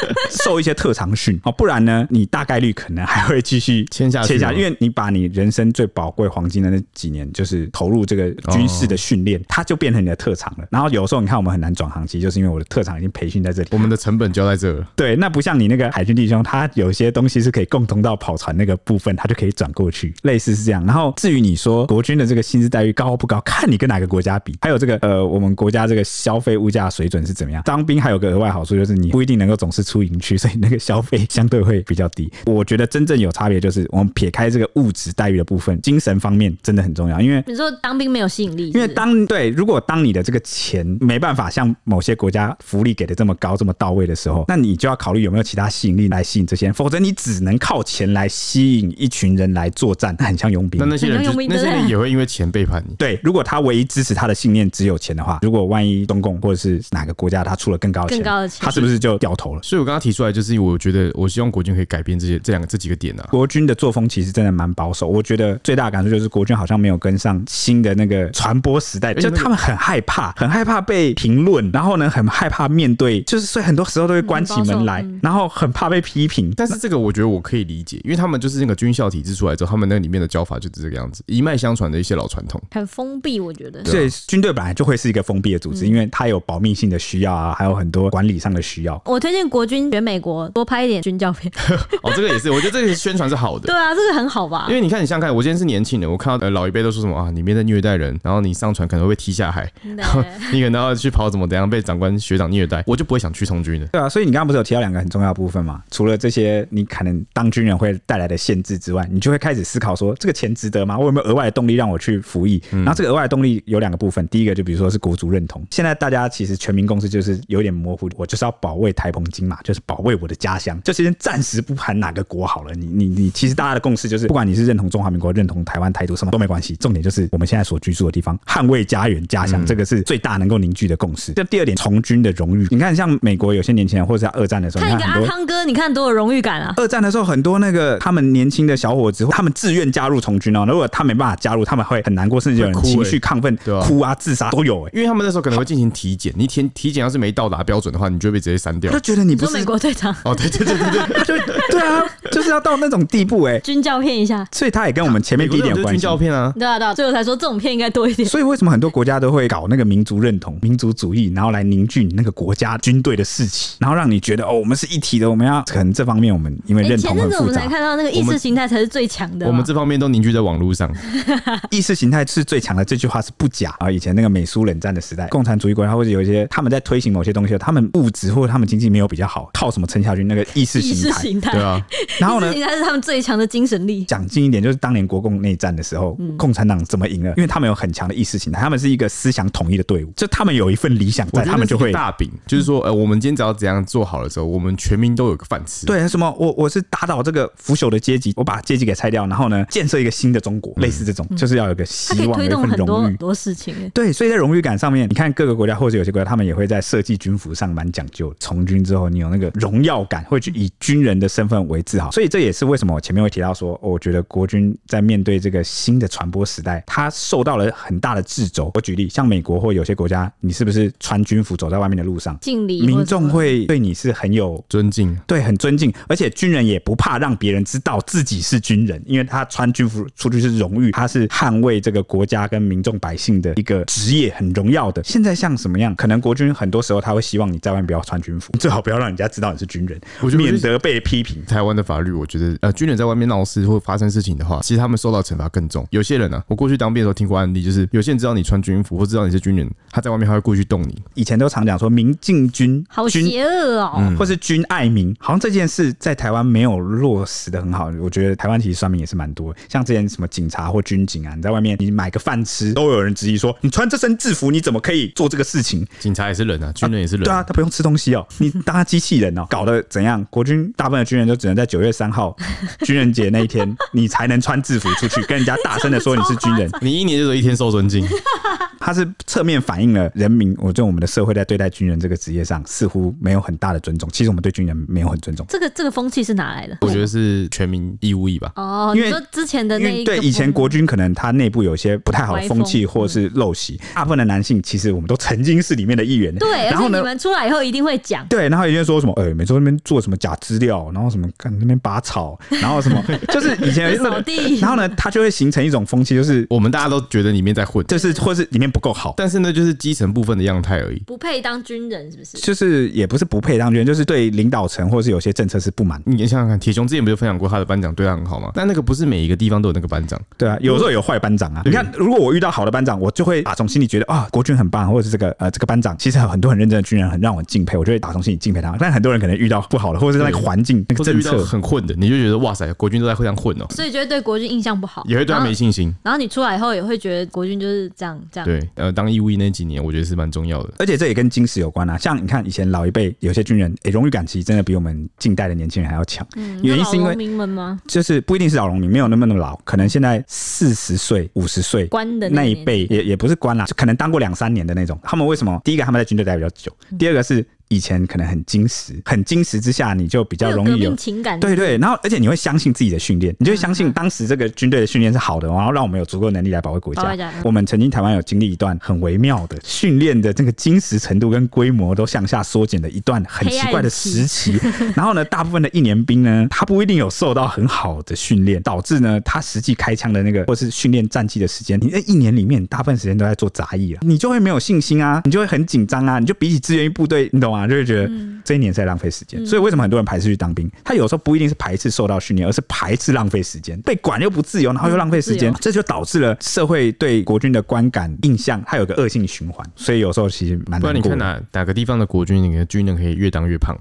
Speaker 3: 受一些特长 训哦，不然呢，你大概率可能还会继续
Speaker 4: 签下去
Speaker 3: 签下，
Speaker 4: 吗
Speaker 3: 因为你把你人生最宝贵黄金的那几年，就是
Speaker 4: 哦
Speaker 3: 投入这个军事的训练，它就变成你的特长了。然后有时候你看我们很难转行，其实就是因为我的特长已经培训在这里
Speaker 4: 我。们的成本交在这了。
Speaker 3: 对，那不像你那个海军弟兄，他有些东西是可以共同到跑船那个部分，他就可以转过去，类似是这样。然后至于你说国军的这个薪资待遇高不高，看你跟哪个国家比，还有这个呃，我们国家这个消费物价水准是怎么样。当兵还有个额外好处就是你不一定能够总是出营区，所以那个消费相对会比较低。我觉得真正有差别就是我们撇开这个物质待遇的部分，精神方面真的很重要，因为
Speaker 2: 你说当兵没有吸引力，
Speaker 3: 因为
Speaker 2: 是不是
Speaker 3: 当对，如果当你的这个钱没办法像某些国家福利给的这么高、这么到位的时候，那你就要考虑有没有其他吸引力来吸引这些人，否则你只能靠钱来吸引一群人来作战，那很像佣兵
Speaker 4: 那。那些人就
Speaker 2: 很有名的
Speaker 4: 那些人
Speaker 2: 嘞
Speaker 4: 也会因为钱背叛你。
Speaker 3: 对，如果他唯一支持他的信念只有钱的话，如果万一中共或者是哪个国家他出了更高的钱，
Speaker 2: 更高的钱
Speaker 3: 他是不是就掉头了？
Speaker 4: 所以我刚刚提出来，就是我觉得我希望国军可以改变这些这两个这几个点啊。
Speaker 3: 国军的作风其实真的蛮保守，我觉得最大的感受就是国军好像没有跟上新的那个传播时代，
Speaker 4: 且
Speaker 3: 就
Speaker 4: 那个
Speaker 3: 他们很害怕，很害怕被评论，然后呢，很害怕面对，就是所以很多时候都会关起门来
Speaker 2: 很保守嗯，
Speaker 3: 然后很怕被批评。
Speaker 4: 但是这个我觉得我可以理解，因为他们就是那个军校体制出来之后，他们那里面的教法就是这个样子，一脉相传的一些老传统。
Speaker 2: 很封闭，我觉得。
Speaker 4: 啊
Speaker 3: 所以军队本来就会是一个封闭的组
Speaker 2: 嗯
Speaker 3: 织，因为它有保密性的需要啊，还有很多管理上的需要。
Speaker 2: 我推荐国军学美国，多拍一点军 教片。
Speaker 4: 哦，这个也是，我觉得这个宣传是好的
Speaker 2: 对。啊，这个很好吧
Speaker 4: 因？为你看，你想想看，我今天是年轻人，我看到呃老一辈都说什么啊，里面在虐待人，然后你上船可能会被踢下海，
Speaker 2: 真的
Speaker 4: 你可能要去跑怎么怎样被长官学长虐待，我就不会想去从军了。
Speaker 3: 对啊，所以你刚刚不是有提到两个很重要的部分嘛？除了这些你可能当军人会带来的限制之外，你就会开始思考说，这个钱值得吗？我有没有额外的动力让我去服役？然后这个额外的动力有两个部分，第一个就比如说是国足认同，现在大家其实全民共识就是有点模糊，我就是要保卫台澎金马，就是保卫我的家乡，就先暂时不谈哪个国好了。你你你，其实大家的共识就是，不管你是认同中华民国、认同台湾台独什么都没关系，重点就是我们现在所居住的地方，捍卫家园家
Speaker 4: 嗯
Speaker 3: 乡，这个是最大能够凝聚的共识。这第二点，从军的荣誉，你看像美国有些年轻人或者在二战的时候，
Speaker 2: 看
Speaker 3: 你
Speaker 2: 一个
Speaker 3: 看
Speaker 2: 阿
Speaker 3: 很多。
Speaker 2: 汤哥，你看多有荣誉感 啊！
Speaker 3: 二战的时候，很多那个他们年轻的小伙子，他们自愿加入从军哦。如果他没办法加入，他们会很难过，甚至有人
Speaker 4: 会哭欸
Speaker 3: 情绪亢奋、
Speaker 4: 对啊
Speaker 3: 哭啊、自杀都有哎、
Speaker 4: 因为他们那时候可能会进行体检，你体体检要是没到达标准的话，你就会被直接删掉
Speaker 3: 他就。觉得你
Speaker 2: 你
Speaker 3: 不
Speaker 2: 说
Speaker 3: 是
Speaker 2: 美国队长
Speaker 4: 哦，对对对对对，
Speaker 3: 就对啊，就是要到那种地步哎、
Speaker 2: 军教片一下，
Speaker 3: 所以他也跟我们前面第一点有
Speaker 4: 就是
Speaker 3: 关
Speaker 4: 军
Speaker 3: 系
Speaker 4: 教。片啊，
Speaker 2: 对啊对啊，所以我才说这种片应该多一点。
Speaker 3: 所以为什么很多国家都会搞那个民族认同、民族主义，然后来凝聚你那个国家军队的士气，然后让你觉得哦，我们是一体的，我们要可能这方面我们因为
Speaker 2: 哎，
Speaker 3: 认
Speaker 2: 前
Speaker 3: 同
Speaker 2: 阵
Speaker 3: 很
Speaker 2: 子我
Speaker 3: 复
Speaker 2: 们才
Speaker 3: 杂，
Speaker 2: 看到那个意识形态才是最强的嘛。啊
Speaker 4: 我们这方面都凝聚在网络上。
Speaker 3: 意识形态是最强的，这句话是不假啊。以前那个美苏冷战的时代，共产主义国家或者有一些他们在推行某些东西，他们物质或者他们经济没有比较好，靠什么撑下去？那个意识
Speaker 2: 意
Speaker 3: 形
Speaker 2: 识
Speaker 3: 态。
Speaker 2: 形态，
Speaker 4: 对啊，
Speaker 3: 然后呢
Speaker 2: 意识，形态是他们最强的精神力。
Speaker 3: 讲近一点，就是当年国共内战的时候，
Speaker 2: 嗯
Speaker 3: 共产党怎么赢了？因为他们有很强的意识形态，他们是一个思想统一的队伍，就他们有一份理想
Speaker 4: 我
Speaker 3: 在，
Speaker 4: 觉得
Speaker 3: 他们就
Speaker 4: 这是
Speaker 3: 会
Speaker 4: 一
Speaker 3: 嗯
Speaker 4: 个大饼，就是说，呃，我们今天只要怎样做好了之后，我们全民都有个饭吃。，
Speaker 3: 对，什么我我是打倒这个腐朽的阶级，我把阶级给拆掉，然后呢，建设一个新的中国，类似这种，就是要有个
Speaker 2: 嗯它可
Speaker 3: 希
Speaker 2: 以
Speaker 3: 望，有
Speaker 2: 推
Speaker 3: 一
Speaker 2: 动
Speaker 3: 份
Speaker 2: 很多
Speaker 3: 荣
Speaker 2: 很
Speaker 3: 誉。
Speaker 2: 多事情。
Speaker 3: 对，所以在荣誉感上面，你看各个国家或者有些国家，他们也会在设计军服上蛮讲究的。从军之后，你有那个荣耀感，会去以军人的身份为自豪。所以这也是为什么我前面会提到说，哦我觉得国军在面对这个新的传播时代，它受到了很大的制肘。我举例，像美国或有些国家，你是不是穿军服走在外面的路上，
Speaker 2: 敬礼或者
Speaker 3: 民众
Speaker 2: 什么
Speaker 3: 会对你是很有
Speaker 4: 尊敬。
Speaker 3: 对，很尊敬，而且军人也不怕让别人知道自己是军人，因为他穿军服出去是荣誉，他是捍卫这个国家跟民众百姓的一个职业，很荣耀的。现在像什么样？可能国军很多时候他会希望你在外面不要穿军服，最好不要让人家知道你是军人
Speaker 4: 我觉，得
Speaker 3: 免得被批评。
Speaker 4: 台湾的法律，我觉得，呃，军人在外面闹事或发生事情的话，其实他们受到惩罚更重。有些人呢、我过去当兵的时候听过案例，就是有些人知道你穿军服或知道你是军人，他在外面还会过去动你。
Speaker 3: 以前都常讲说民进军，
Speaker 2: 好
Speaker 3: 军
Speaker 2: 邪恶哦。
Speaker 3: 或是军爱民，好像这件事在台湾没有落实的很好。我觉得台湾其实算命也是蛮多的，像之前什么警察或军警啊，你在外面你买个饭吃，都有人质疑说你穿这身制服你怎么可以做这个事情？
Speaker 4: 警察也是人啊，军人也是人、
Speaker 3: 对啊，他不用吃东西哦，你当他机器人哦，搞得怎样？国军大部分的军人都只能在九月三号军人节那一天，你才能穿制服出去跟人家家大声的说你是军人，
Speaker 4: 你一年就只有一天受尊 敬，
Speaker 3: 它是侧面反映了人民，我对我们的社会在对待军人这个职业上似乎没有很大的尊重。其实我们对军人没有很尊重。
Speaker 2: 这个这个风气是哪来的？
Speaker 4: 我觉得是全民义务役吧。
Speaker 2: 哦，
Speaker 3: 因
Speaker 2: 你
Speaker 3: 为
Speaker 2: 说之前的
Speaker 3: 因
Speaker 2: 那
Speaker 3: 为
Speaker 2: 一
Speaker 3: 对
Speaker 2: 个
Speaker 3: 以前
Speaker 2: 风
Speaker 3: 国军可能它内部有一些不太好的风气
Speaker 2: 歪风嗯
Speaker 3: 或是陋习，大部分的男性其实我们都曾经是里面的一员。
Speaker 2: 对，而
Speaker 3: 然
Speaker 2: 且
Speaker 3: 后
Speaker 2: 你
Speaker 3: 呢？
Speaker 2: 们出来以后一定会讲。
Speaker 3: 对，然后有些人说什么，哎、每周那边做什么假资料，然后什么看那边拔草，然后什 么，就是以前有一种
Speaker 2: 扫地
Speaker 3: 然后呢，它就会形成一种风气，就是
Speaker 4: 我们大家都觉得里面在混，
Speaker 3: 就是或是里面不够好，
Speaker 4: 但是呢，就是基层部分的样态而已。
Speaker 2: 不配当军人是不是？
Speaker 3: 就是也不是不配当军人，就是对领导层或是有些政策是不满。
Speaker 4: 你想想看，铁雄之前不就分享过他的班长对他很好吗？但那个不是每一个地方都有那个班长，
Speaker 3: 对啊，有时候有坏班长啊。你看，如果我遇到好的班长，我就会打从心里觉得啊，国军很棒，或者是这个呃这个班长，其实很多很认真的军人，很让我敬佩，我就会打从心里敬佩他。但很多人可能遇到不好的，或者是那个环境、那个
Speaker 4: 或者
Speaker 3: 政
Speaker 4: 遇到
Speaker 3: 策，
Speaker 4: 很混的，你就觉得哇塞，国军都在会上混哦，
Speaker 2: 所以就会对国军印象不好，
Speaker 4: 也会对他
Speaker 2: 然后
Speaker 4: 没信心。
Speaker 2: 然后你出来以后也会觉得国军就是这样这样。
Speaker 4: 对，呃，当义务役那几年，我觉得是蛮重要的。
Speaker 3: 而且这也跟军事有关啊。像你看，以前老一辈有些军人，诶，荣誉感其实真的比我们近代的年轻人还要强。
Speaker 2: 嗯，
Speaker 3: 原因
Speaker 2: 那老
Speaker 3: 是因为
Speaker 2: 农民们吗？
Speaker 3: 就是不一定是老农民，没有那么那么老，可能现在四十岁、五十岁
Speaker 2: 官的那个
Speaker 3: 那一
Speaker 2: 年
Speaker 3: 辈也也不是官啦，就可能当过两三年的那种。他们为什么？第一个他们在军队待比较久，
Speaker 2: 嗯
Speaker 3: 第二个是以前可能很矜持，很矜持之下你就比较
Speaker 2: 会有
Speaker 3: 容
Speaker 2: 革
Speaker 3: 易有
Speaker 2: 命。情嗯感。
Speaker 3: 哦对对，然后而且你会相信自己的训练，你就会相信当时这个军队的训练是好的，然后让我们有足够能力来保卫国
Speaker 2: 保
Speaker 3: 家
Speaker 2: 卫家嗯。
Speaker 3: 我们曾经台湾有经历一段很微妙的训练的这个精实程度跟规模都向下缩减的一段很奇怪的时期。 然后呢，大部分的一年兵呢，他不一定有受到很好的训练，导致呢他实际开枪的那个或是训练战绩的时间，你那一年里面大部分时间都在做杂役啊，你就会没有信心啊，你就会很紧张啊，你就比起志愿役部队，你懂吗？就会觉得这一年是在浪费时间。所以为什么很多人排斥去当兵？他有时候不一定是排斥受到训练，而是排斥浪费时间，被管又不自由，然后又浪费时间
Speaker 2: 嗯，
Speaker 3: 这就导致了社会对国军的观感印象，它有个恶性循环。所以有时候其实蛮
Speaker 4: 不然
Speaker 3: 难
Speaker 4: 你
Speaker 3: 过
Speaker 4: 看
Speaker 3: 的。
Speaker 4: 哪哪个地方的国军，你的军人可以越当越 胖。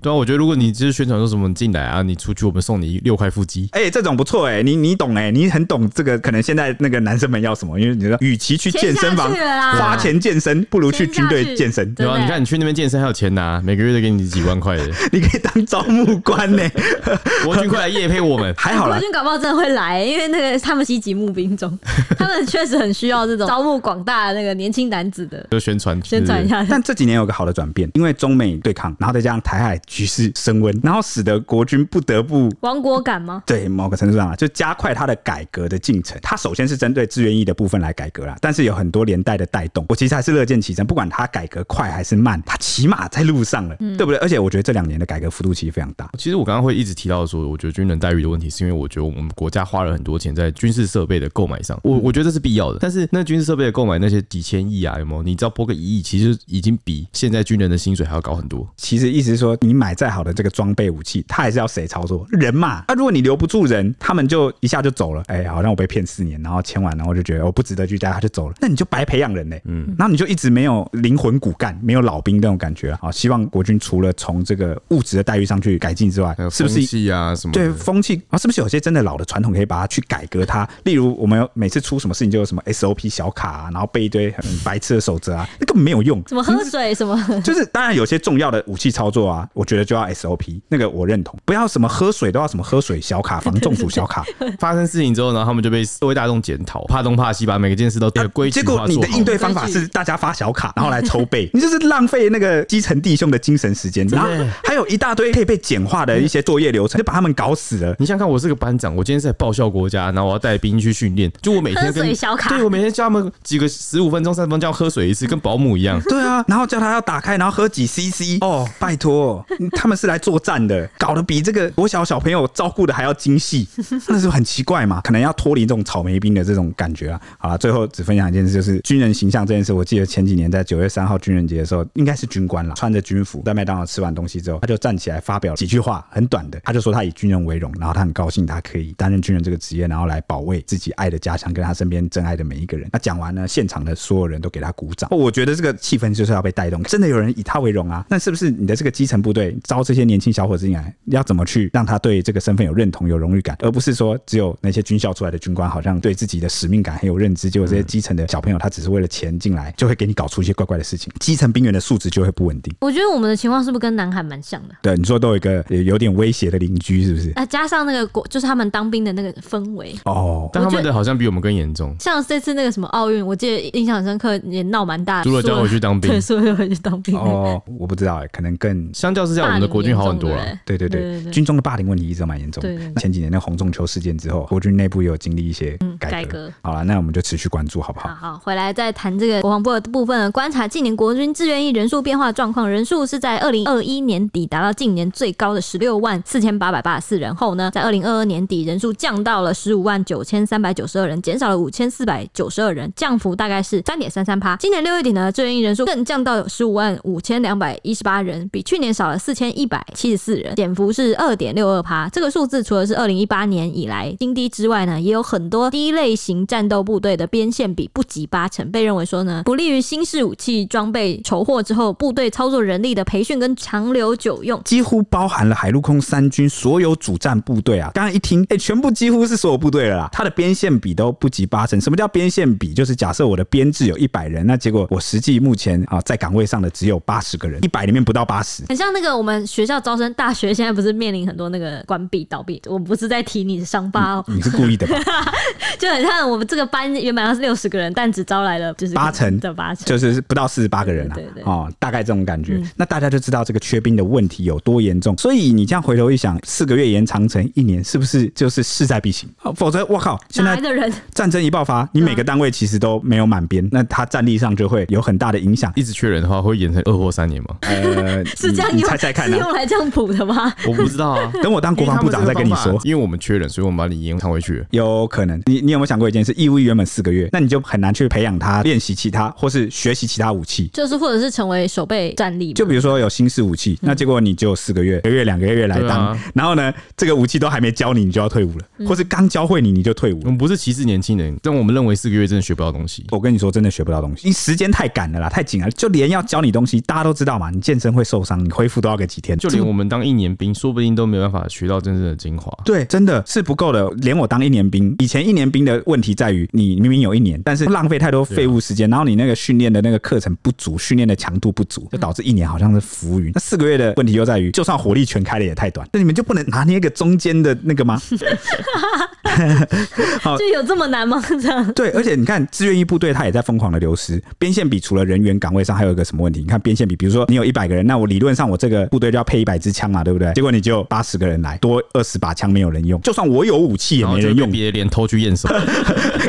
Speaker 4: 对啊，我觉得如果你就是宣传说什么你进来啊，你出去我们送你六块腹肌，
Speaker 3: 哎、这种不错哎、你你懂哎、你很懂这个。可能现在那个男生们要什么？因为你知道，与其去健身房
Speaker 2: 钱下去了啦
Speaker 3: 花钱健身，不如去
Speaker 2: 钱下
Speaker 3: 军队
Speaker 2: 去
Speaker 3: 健身。
Speaker 2: 对
Speaker 4: 对啊，你看你去那边健身还有钱拿，每个月都给你几万块 的。
Speaker 3: 你可以当招募官 呢、，
Speaker 4: 国军快来夜配我们
Speaker 3: 还好啦
Speaker 2: 哎国，军搞不好真的会来，因为那个他们积极募 兵中，他们确实很需要这种招募广大的那个年轻男子的
Speaker 4: 就宣传
Speaker 2: 宣传一。下。
Speaker 3: 但这几年有个好的转变，因为中美对抗，然后再加上台海局势升温，然后使得国军不得不。
Speaker 2: 亡国感吗？
Speaker 3: 对某个程度上啊，就加快它的改革的进程。它首先是针对志愿役的部分来改革啦，但是有很多连带的带动。我其实还是乐见其成，不管它改革快还是慢，它起码在路上了，对不对？而且我觉得这两年的改革幅度其实非常大。
Speaker 4: 其实我刚刚会一直提到说，我觉得军人待遇的问题，是因为我觉得我们国家花了很多钱在军事设备的购买上，我我觉得这是必要的。但是那军事设备的购买那些几千亿啊，有没有？你知道拨个一亿，其实已经比现在军人的薪水还要高很多。
Speaker 3: 其实意思是说，你买再好的这个装备武器，它还是要谁操作人嘛？那、如果你留不住人，他们就一下就走了。哎、好像我被骗四年，然后签完，然后就觉得我不值得居家，他就走了，那你就白培养人嘞、嗯，然后你就一直没有灵魂骨干，没有老兵那种感觉啊。好希望国军除了从这个物质的待遇上去改进之外
Speaker 4: 还有，
Speaker 3: 是不
Speaker 4: 风
Speaker 3: 是？
Speaker 4: 气啊什么的？
Speaker 3: 对风气啊，是不是有些真的老的传统可以把它去改革它？例如，我们有每次出什么事情就有什么 SOP 小卡、啊，然后背一堆很白痴的守则啊，那根本没有用。
Speaker 2: 什么喝水什么？
Speaker 3: 就是当然有些重要的武器操作啊，我觉得就要 SOP，那个我认同，不要什么喝水都要什么喝水小卡、防中暑 小卡，
Speaker 4: 发生事情之后，然后他们就被社会大众检讨，怕东怕西，把每个件事都有规矩
Speaker 3: 结
Speaker 4: 化
Speaker 3: 果你
Speaker 4: 做
Speaker 3: 的
Speaker 4: 好
Speaker 3: 应。对方法是大家发小卡，然后来抽背， 你就是浪费那个基层弟兄的精神时间，然后还有一大堆可以被简化的一些作业流程，就把他们搞死了。
Speaker 4: 你想想看，我是个班长，我今天是在报效国家，然后我要带兵去训练，就我每天
Speaker 2: 喝水
Speaker 4: 跟
Speaker 2: 小卡
Speaker 4: 对我每天叫他们几个十五分钟、三十分钟叫喝水一次，跟保姆 一样。
Speaker 3: 对啊，然后叫他要打开，然后喝几 CC 哦，拜托，他们是来作战的，搞得比这个国小小朋友照顾的还要精细，那时候很奇怪嘛，可能要脱离这种草莓兵的这种感觉啊。好了，最后只分享一件事，就是军人形象这件事。我记得前几年在九月三号军人节的时候，应该是军官啦，穿着军服在麦当劳吃完东西之后，他就站起来发表几句话，很短的，他就说他以军人为荣，然后他很高兴他可以担任军人这个职业，然后来保卫自己爱的家乡跟他身边真爱的每一个人。那讲完呢，现场的所有人都给他鼓掌。哦我觉得这个气氛就是要被带动，真的有人以他为荣啊。那是不是你的这个基层部队招这些年轻小伙子进来，要怎么去让他对这个身份有认同、有荣誉感，而不是说只有那些军校出来的军官好像对自己的使命感很有认知，结果这些基层的小朋友他只是为了钱进来，就会给你搞出一些怪怪的事情。基层兵员的素质就会会不稳定。
Speaker 2: 我觉得我们的情况是不是跟南韩蛮像的？
Speaker 3: 对，你说都有一个呃有点威胁的邻居，是不是？
Speaker 2: 啊，加上那个国，就是他们当兵的那个氛围。
Speaker 3: 哦，
Speaker 4: 但他们的好像比我们更严重。
Speaker 2: 像这次那个什么奥运，我记得印象很深刻，也闹蛮大的。
Speaker 4: 输了叫我去当兵
Speaker 2: 啊对，输了叫我去当兵。
Speaker 3: 哦，我不知道哎，可能更
Speaker 4: 相较之下，我们的国军好很多啊
Speaker 2: 霸凌
Speaker 4: 了
Speaker 2: 严。
Speaker 3: 对对对，
Speaker 2: 对对对
Speaker 3: 军中的霸凌问题一直都蛮严重的。
Speaker 2: 对对对嗯
Speaker 3: 那前几年那个红中球事件之后，国军内部也有经历一些改革。
Speaker 2: 改革
Speaker 3: 好了，那我们就持续关注，好不好？
Speaker 2: 好好，回来再谈这个国防部的部分了。观察近年国军志愿役人数变化状况，人数是在二零二一年底达到近年最高的十六万四千八百八十四人后呢，在二零二二年底人数降到了十五万九千三百九十二人，减少了五千四百九十二人，降幅大概是三点三三趴。今年六月底呢，志愿役人数更降到十五万五千两百一十八人，比去年少了四千一百七十四人，减幅是二点六二趴。这个数字除了是二零一八年以来新低之外呢，也有很多低类型战斗部队的边线比不及八成，被认为说呢不利于新式武器装备筹获之后，部队操作人力的培训跟长留久用。
Speaker 3: 几乎包含了海陆空三军所有主战部队啊！刚刚一听，哎、全部几乎是所有部队了啦。它的边线比都不及八成。什么叫边线比？就是假设我的编制有一百人，那结果我实际目前啊在岗位上的只有八十个人，一百里面不到八十。
Speaker 2: 很像那个我们学校招生，大学现在不是面临很多那个关闭倒闭，我不是在提你的伤疤哦，
Speaker 3: 你是故意的吧？
Speaker 2: 就很像我们这个班原本要是六十个人，但只招来了就是
Speaker 3: 八成
Speaker 2: 的八成，
Speaker 3: 就是不到四十八个人啊，
Speaker 2: 对对对
Speaker 3: 哦，大概这种感觉。那大家就知道这个缺兵的问题有多严重。所以你这样回头一想，四个月延长成一年，是不是就是势在必行？哦否则，我靠，现
Speaker 2: 哪
Speaker 3: 在
Speaker 2: 来的人？
Speaker 3: 战争一爆发，你每个单位其实都没有满编，那它战力上就会有很大的影 响。？
Speaker 4: 一直缺人的话，会延成二或三年 吗
Speaker 3: 呃，
Speaker 2: 是这样
Speaker 3: 你
Speaker 2: 用
Speaker 3: 你猜猜看
Speaker 2: 是
Speaker 3: 啊
Speaker 2: 用？来这样补的吗？
Speaker 4: 哎我不知道 啊。
Speaker 3: 等我当国防部长再跟你
Speaker 4: 因为他们这个
Speaker 3: 说
Speaker 4: 方法。因为我们缺人，所以我们把你延长回去。
Speaker 3: 有可能，你你有没有想过一件事？义务役原本四个月，那你就很难去培养他练习其他或是学习其他武器。
Speaker 2: 就是或者是成为守备战力嘛，
Speaker 3: 就比如说有新式武器，那结果你只有四个月、一个月、两个月来
Speaker 4: 嗯对
Speaker 3: 当，
Speaker 4: 啊嗯
Speaker 3: 然后呢，这个武器都还没教你，你就要退伍了，或是刚教会你你就退伍
Speaker 4: 我
Speaker 3: 了。
Speaker 4: 们不是歧视年轻人，但我们认为四个月真的学不到东西。
Speaker 3: 我跟你说，真的学不到东
Speaker 4: 嗯
Speaker 3: 西，你时间太赶了啦，太紧了。就连要教你东西，大家都知道嘛，你健身会受伤，你恢复都要个几天，
Speaker 4: 就连我们当一年兵，说不定都没有办法学到真正的精华。
Speaker 3: 对，真的是不够的。连我当一年兵，以前一年兵的问题在于，你明明有一年，但是浪费太多废物时间，然后你那个训练的那个课程不足，训练的强度不足，就导致一年好像是浮云。那四个月的问题又在于，就算火力全开了也太短，那你们就不能拿捏个中间的那个吗？
Speaker 2: 就有这么难吗？ 这样
Speaker 3: 对，而且你看，志愿役部队它也在疯狂的流失。边线比除了人员岗位上，还有一个什么问题？你看边线比，比如说你有一百个人，那我理论上我这个部队就要配一百支枪嘛，对不对？结果你就八十个人来，多二十把枪没有人用，就算我有武器也
Speaker 4: 然后
Speaker 3: 没
Speaker 4: 就
Speaker 3: 人用
Speaker 4: 被。别的连偷去验 收，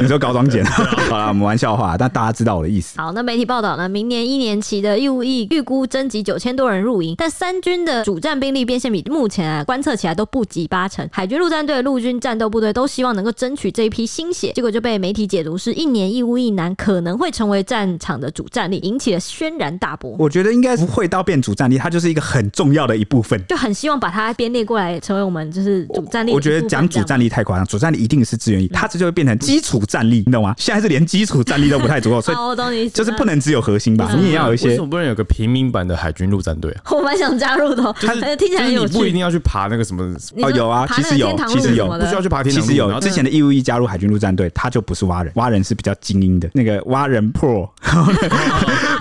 Speaker 3: 你说高装检？ 好了，我们玩笑话，但大家知道我的意思。
Speaker 2: 好，那媒体报道呢，明年一年期的义务役预估征集九千多人入营，但三军的主战兵力变现比目前啊观测起来都不及八成。海军陆战队、陆军战斗部队都希望能够争取这一批新血，结果就被媒体解读是一年义务役男可能会成为战场的主战力，引起了轩然大波。
Speaker 3: 我觉得应该不会到变主战力，它就是一个很重要的一部分。
Speaker 2: 就很希望把它编列过来，成为我们就是主战力
Speaker 3: 我觉
Speaker 2: 的
Speaker 3: 得
Speaker 2: 一部分啊嗯
Speaker 3: 讲主
Speaker 2: 这样
Speaker 3: 战力太夸张，主战力一定是志愿役，它这就会变成基础战力，你懂吗？现在是连基础战力都不太足够，所以
Speaker 2: 哦好，我懂你意思，嗯
Speaker 3: 就是不能只有核心吧，
Speaker 2: 啊
Speaker 3: 你也要有一
Speaker 4: 啊为
Speaker 3: 些
Speaker 4: 什。么不能有个平民版的海军陆战队啊？
Speaker 2: 我蛮想加入的哦，
Speaker 4: 就是
Speaker 2: 呃听起来
Speaker 4: 就是
Speaker 2: 很有
Speaker 4: 你
Speaker 2: 趣。
Speaker 4: 不一定要去爬那个什么，
Speaker 2: 你说
Speaker 3: 哦有啊
Speaker 2: 爬那
Speaker 3: 其
Speaker 2: 个
Speaker 3: 实有
Speaker 2: 天堂路
Speaker 3: 其实有
Speaker 2: 什么的
Speaker 4: 不需要去爬天
Speaker 3: 其
Speaker 4: 堂路。
Speaker 3: 实
Speaker 4: 然
Speaker 3: 有
Speaker 4: 后
Speaker 3: 之前的义务役加入海军陆战队，他就不是蛙人，蛙人是比较精英的那个蛙人 Pro，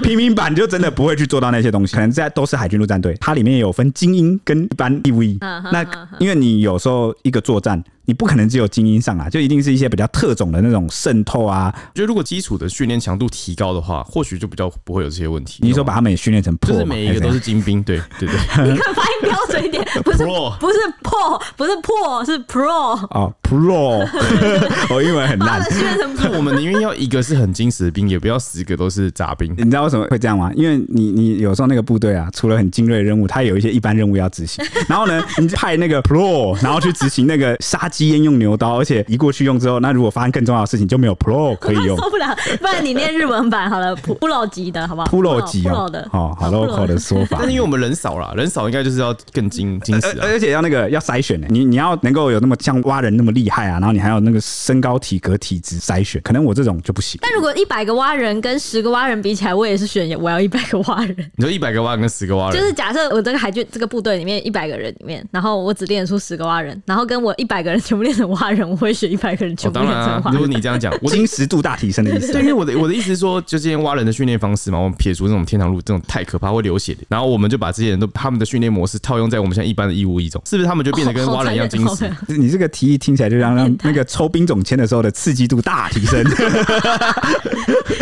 Speaker 3: 平民版就真的不会去做到那些东西。可能在都是海军陆战队，它里面有分精英跟一般义务役。
Speaker 2: 嗯哼
Speaker 3: 那
Speaker 2: 嗯哼
Speaker 3: 因为你有时候一个作战，你不可能只有精英上啊，就一定是一些比较特种的那种渗透啊。
Speaker 4: 就如果基础的训练强度提高的话，或许就比较不会有这些问题。
Speaker 3: 你说把他们也训练成
Speaker 4: 就
Speaker 3: Pro，
Speaker 4: 是
Speaker 3: 嘛哎
Speaker 4: 每一个都是精兵， 对对 对。
Speaker 2: 你看发音标准 一点，不是
Speaker 4: Pro
Speaker 2: 不是破，不是破，是 pro。
Speaker 3: 哦 Pro，我英文很
Speaker 2: 他
Speaker 3: 烂
Speaker 2: 们。训练 成
Speaker 4: 就我们宁愿要一个是很精实的兵，也不要十个都是杂 兵。
Speaker 3: 你知道为什么会这样吗？因为你你有时候那个部队啊，除了很精锐的任务，它有一些一般任务要执行。 然后呢，你就派那个 pro，然后去执行那个杀鸡焉用牛刀，而且移过去用之后，那如果发生更重要的事情，就没有 pro 可以 用。
Speaker 2: 受不了，不然你念日文版好了，普普老级的好不好？
Speaker 3: p r 级啊
Speaker 2: pro 的，
Speaker 3: 哦，好 local 的说法
Speaker 4: 但。是因为我们人少啦，人少应该就是要更精精
Speaker 2: 呃
Speaker 4: 实
Speaker 3: 而
Speaker 4: 啊。
Speaker 3: 而且要那个要筛选欸呢、你你要能够有那么像蛙人那么厉害啊，然后你还有那个身高、体格、体质筛选，可能我这种就不行。
Speaker 2: 但如果一百个蛙人跟十个蛙人比起来，我也是选我要一百个蛙人。
Speaker 4: 你说一百个蛙人跟十个蛙人，
Speaker 2: 就是假设我这个海军这个部队里面一百个人里面，然后我只练出十个蛙人，然后跟我一百个人全部练成蛙人，我会选一百个人
Speaker 4: 哦
Speaker 2: 全部
Speaker 4: 当
Speaker 2: 练
Speaker 4: 然啊
Speaker 2: 成蛙，
Speaker 4: 如果
Speaker 2: 人。
Speaker 4: 你这样讲， 我
Speaker 3: 金石度大提升的意思
Speaker 4: 对，。因为我的我的意思是说，就这些蛙人的训练方式嘛，我们撇除这种天堂路这种太可怕会流血的，然后我们就把这些人都他们的训练模式套用在我们现在一般的义务役中，是不是他们就变得跟蛙人一样精
Speaker 2: 哦好残
Speaker 4: 实
Speaker 2: 忍？
Speaker 3: 你这个提议听起来就像让那个抽兵种签的时候的刺激度大提升，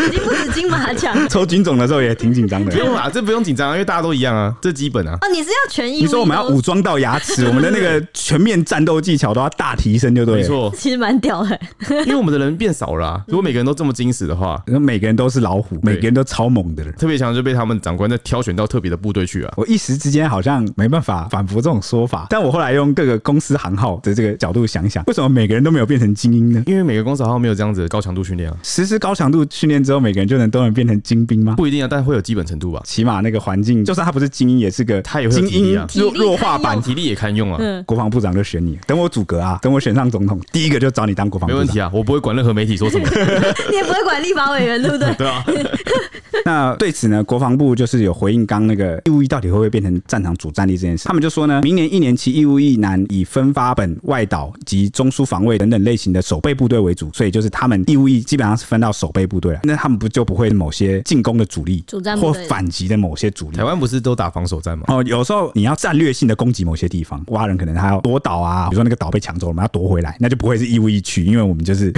Speaker 2: 已经不止金马奖
Speaker 3: 抽军种的时候也挺紧张的
Speaker 4: 不。用啦，这不用紧张啊，因为大家都一样啊，这基本啊。
Speaker 2: 哦，你是要全义务役
Speaker 3: 你
Speaker 2: 都？，
Speaker 3: 说我们要武装到牙 齿，我们的那个全面战斗技巧都要大提升，就对
Speaker 4: 没
Speaker 3: 了。
Speaker 4: 错
Speaker 2: 其实蛮屌的、
Speaker 4: 因为我们的人变少了啊、如果每个人都这么精实的话，
Speaker 3: 然后每个人都是老虎，每个人都超猛的人。
Speaker 4: 特别强就被他们长官再挑选到特别的部队去啊。
Speaker 3: 我一时之间好像没办法反驳这种说法，但我后来用各个公司行号的这个角度想想，为什么每个人都没有变成精英呢？
Speaker 4: 因为每个公司好像没有这样子的高强度训练啊，
Speaker 3: 实施高强度训练之后，每个人就能都能变成精兵吗？
Speaker 4: 不一定啊，但会有基本程度吧。
Speaker 3: 起码那个环境，就算他不是精英，也是个
Speaker 4: 他也会有
Speaker 3: 精
Speaker 4: 体力
Speaker 3: 英
Speaker 4: 啊
Speaker 3: 弱
Speaker 2: 体力
Speaker 3: 弱化版
Speaker 2: 堪。
Speaker 4: 体力也堪用啊，
Speaker 2: 嗯
Speaker 3: 国防部长就选你，等我组阁啊，等我选上总统，第一个就找你当国防
Speaker 4: 没
Speaker 3: 部
Speaker 4: 问
Speaker 3: 长
Speaker 4: 题。啊，我不会管任何媒体说 什么。
Speaker 2: 你也不会管立法委员，对不对？
Speaker 4: 对啊，
Speaker 3: 那对此呢，国防部就是有回应刚那个义务役到底会不会变成战场主战力这件事，他们就说呢，明年一年期义务役男以分发本、外岛及中枢防卫等等类型的守备部队为主，所以就是他们义务役基本上是分到守备部队了，那他们不就不会某些进攻的主力
Speaker 2: 主战部
Speaker 3: 或
Speaker 2: 队
Speaker 3: 反击的某些主力
Speaker 4: 台？湾不是都打防守战吗？
Speaker 3: 哦，有时候你要战略性的攻击某些地方，蛙人可能他要夺岛啊，比如说那个岛被抢走了，我们要夺回来，那就不会是义务役区，因为我们 就是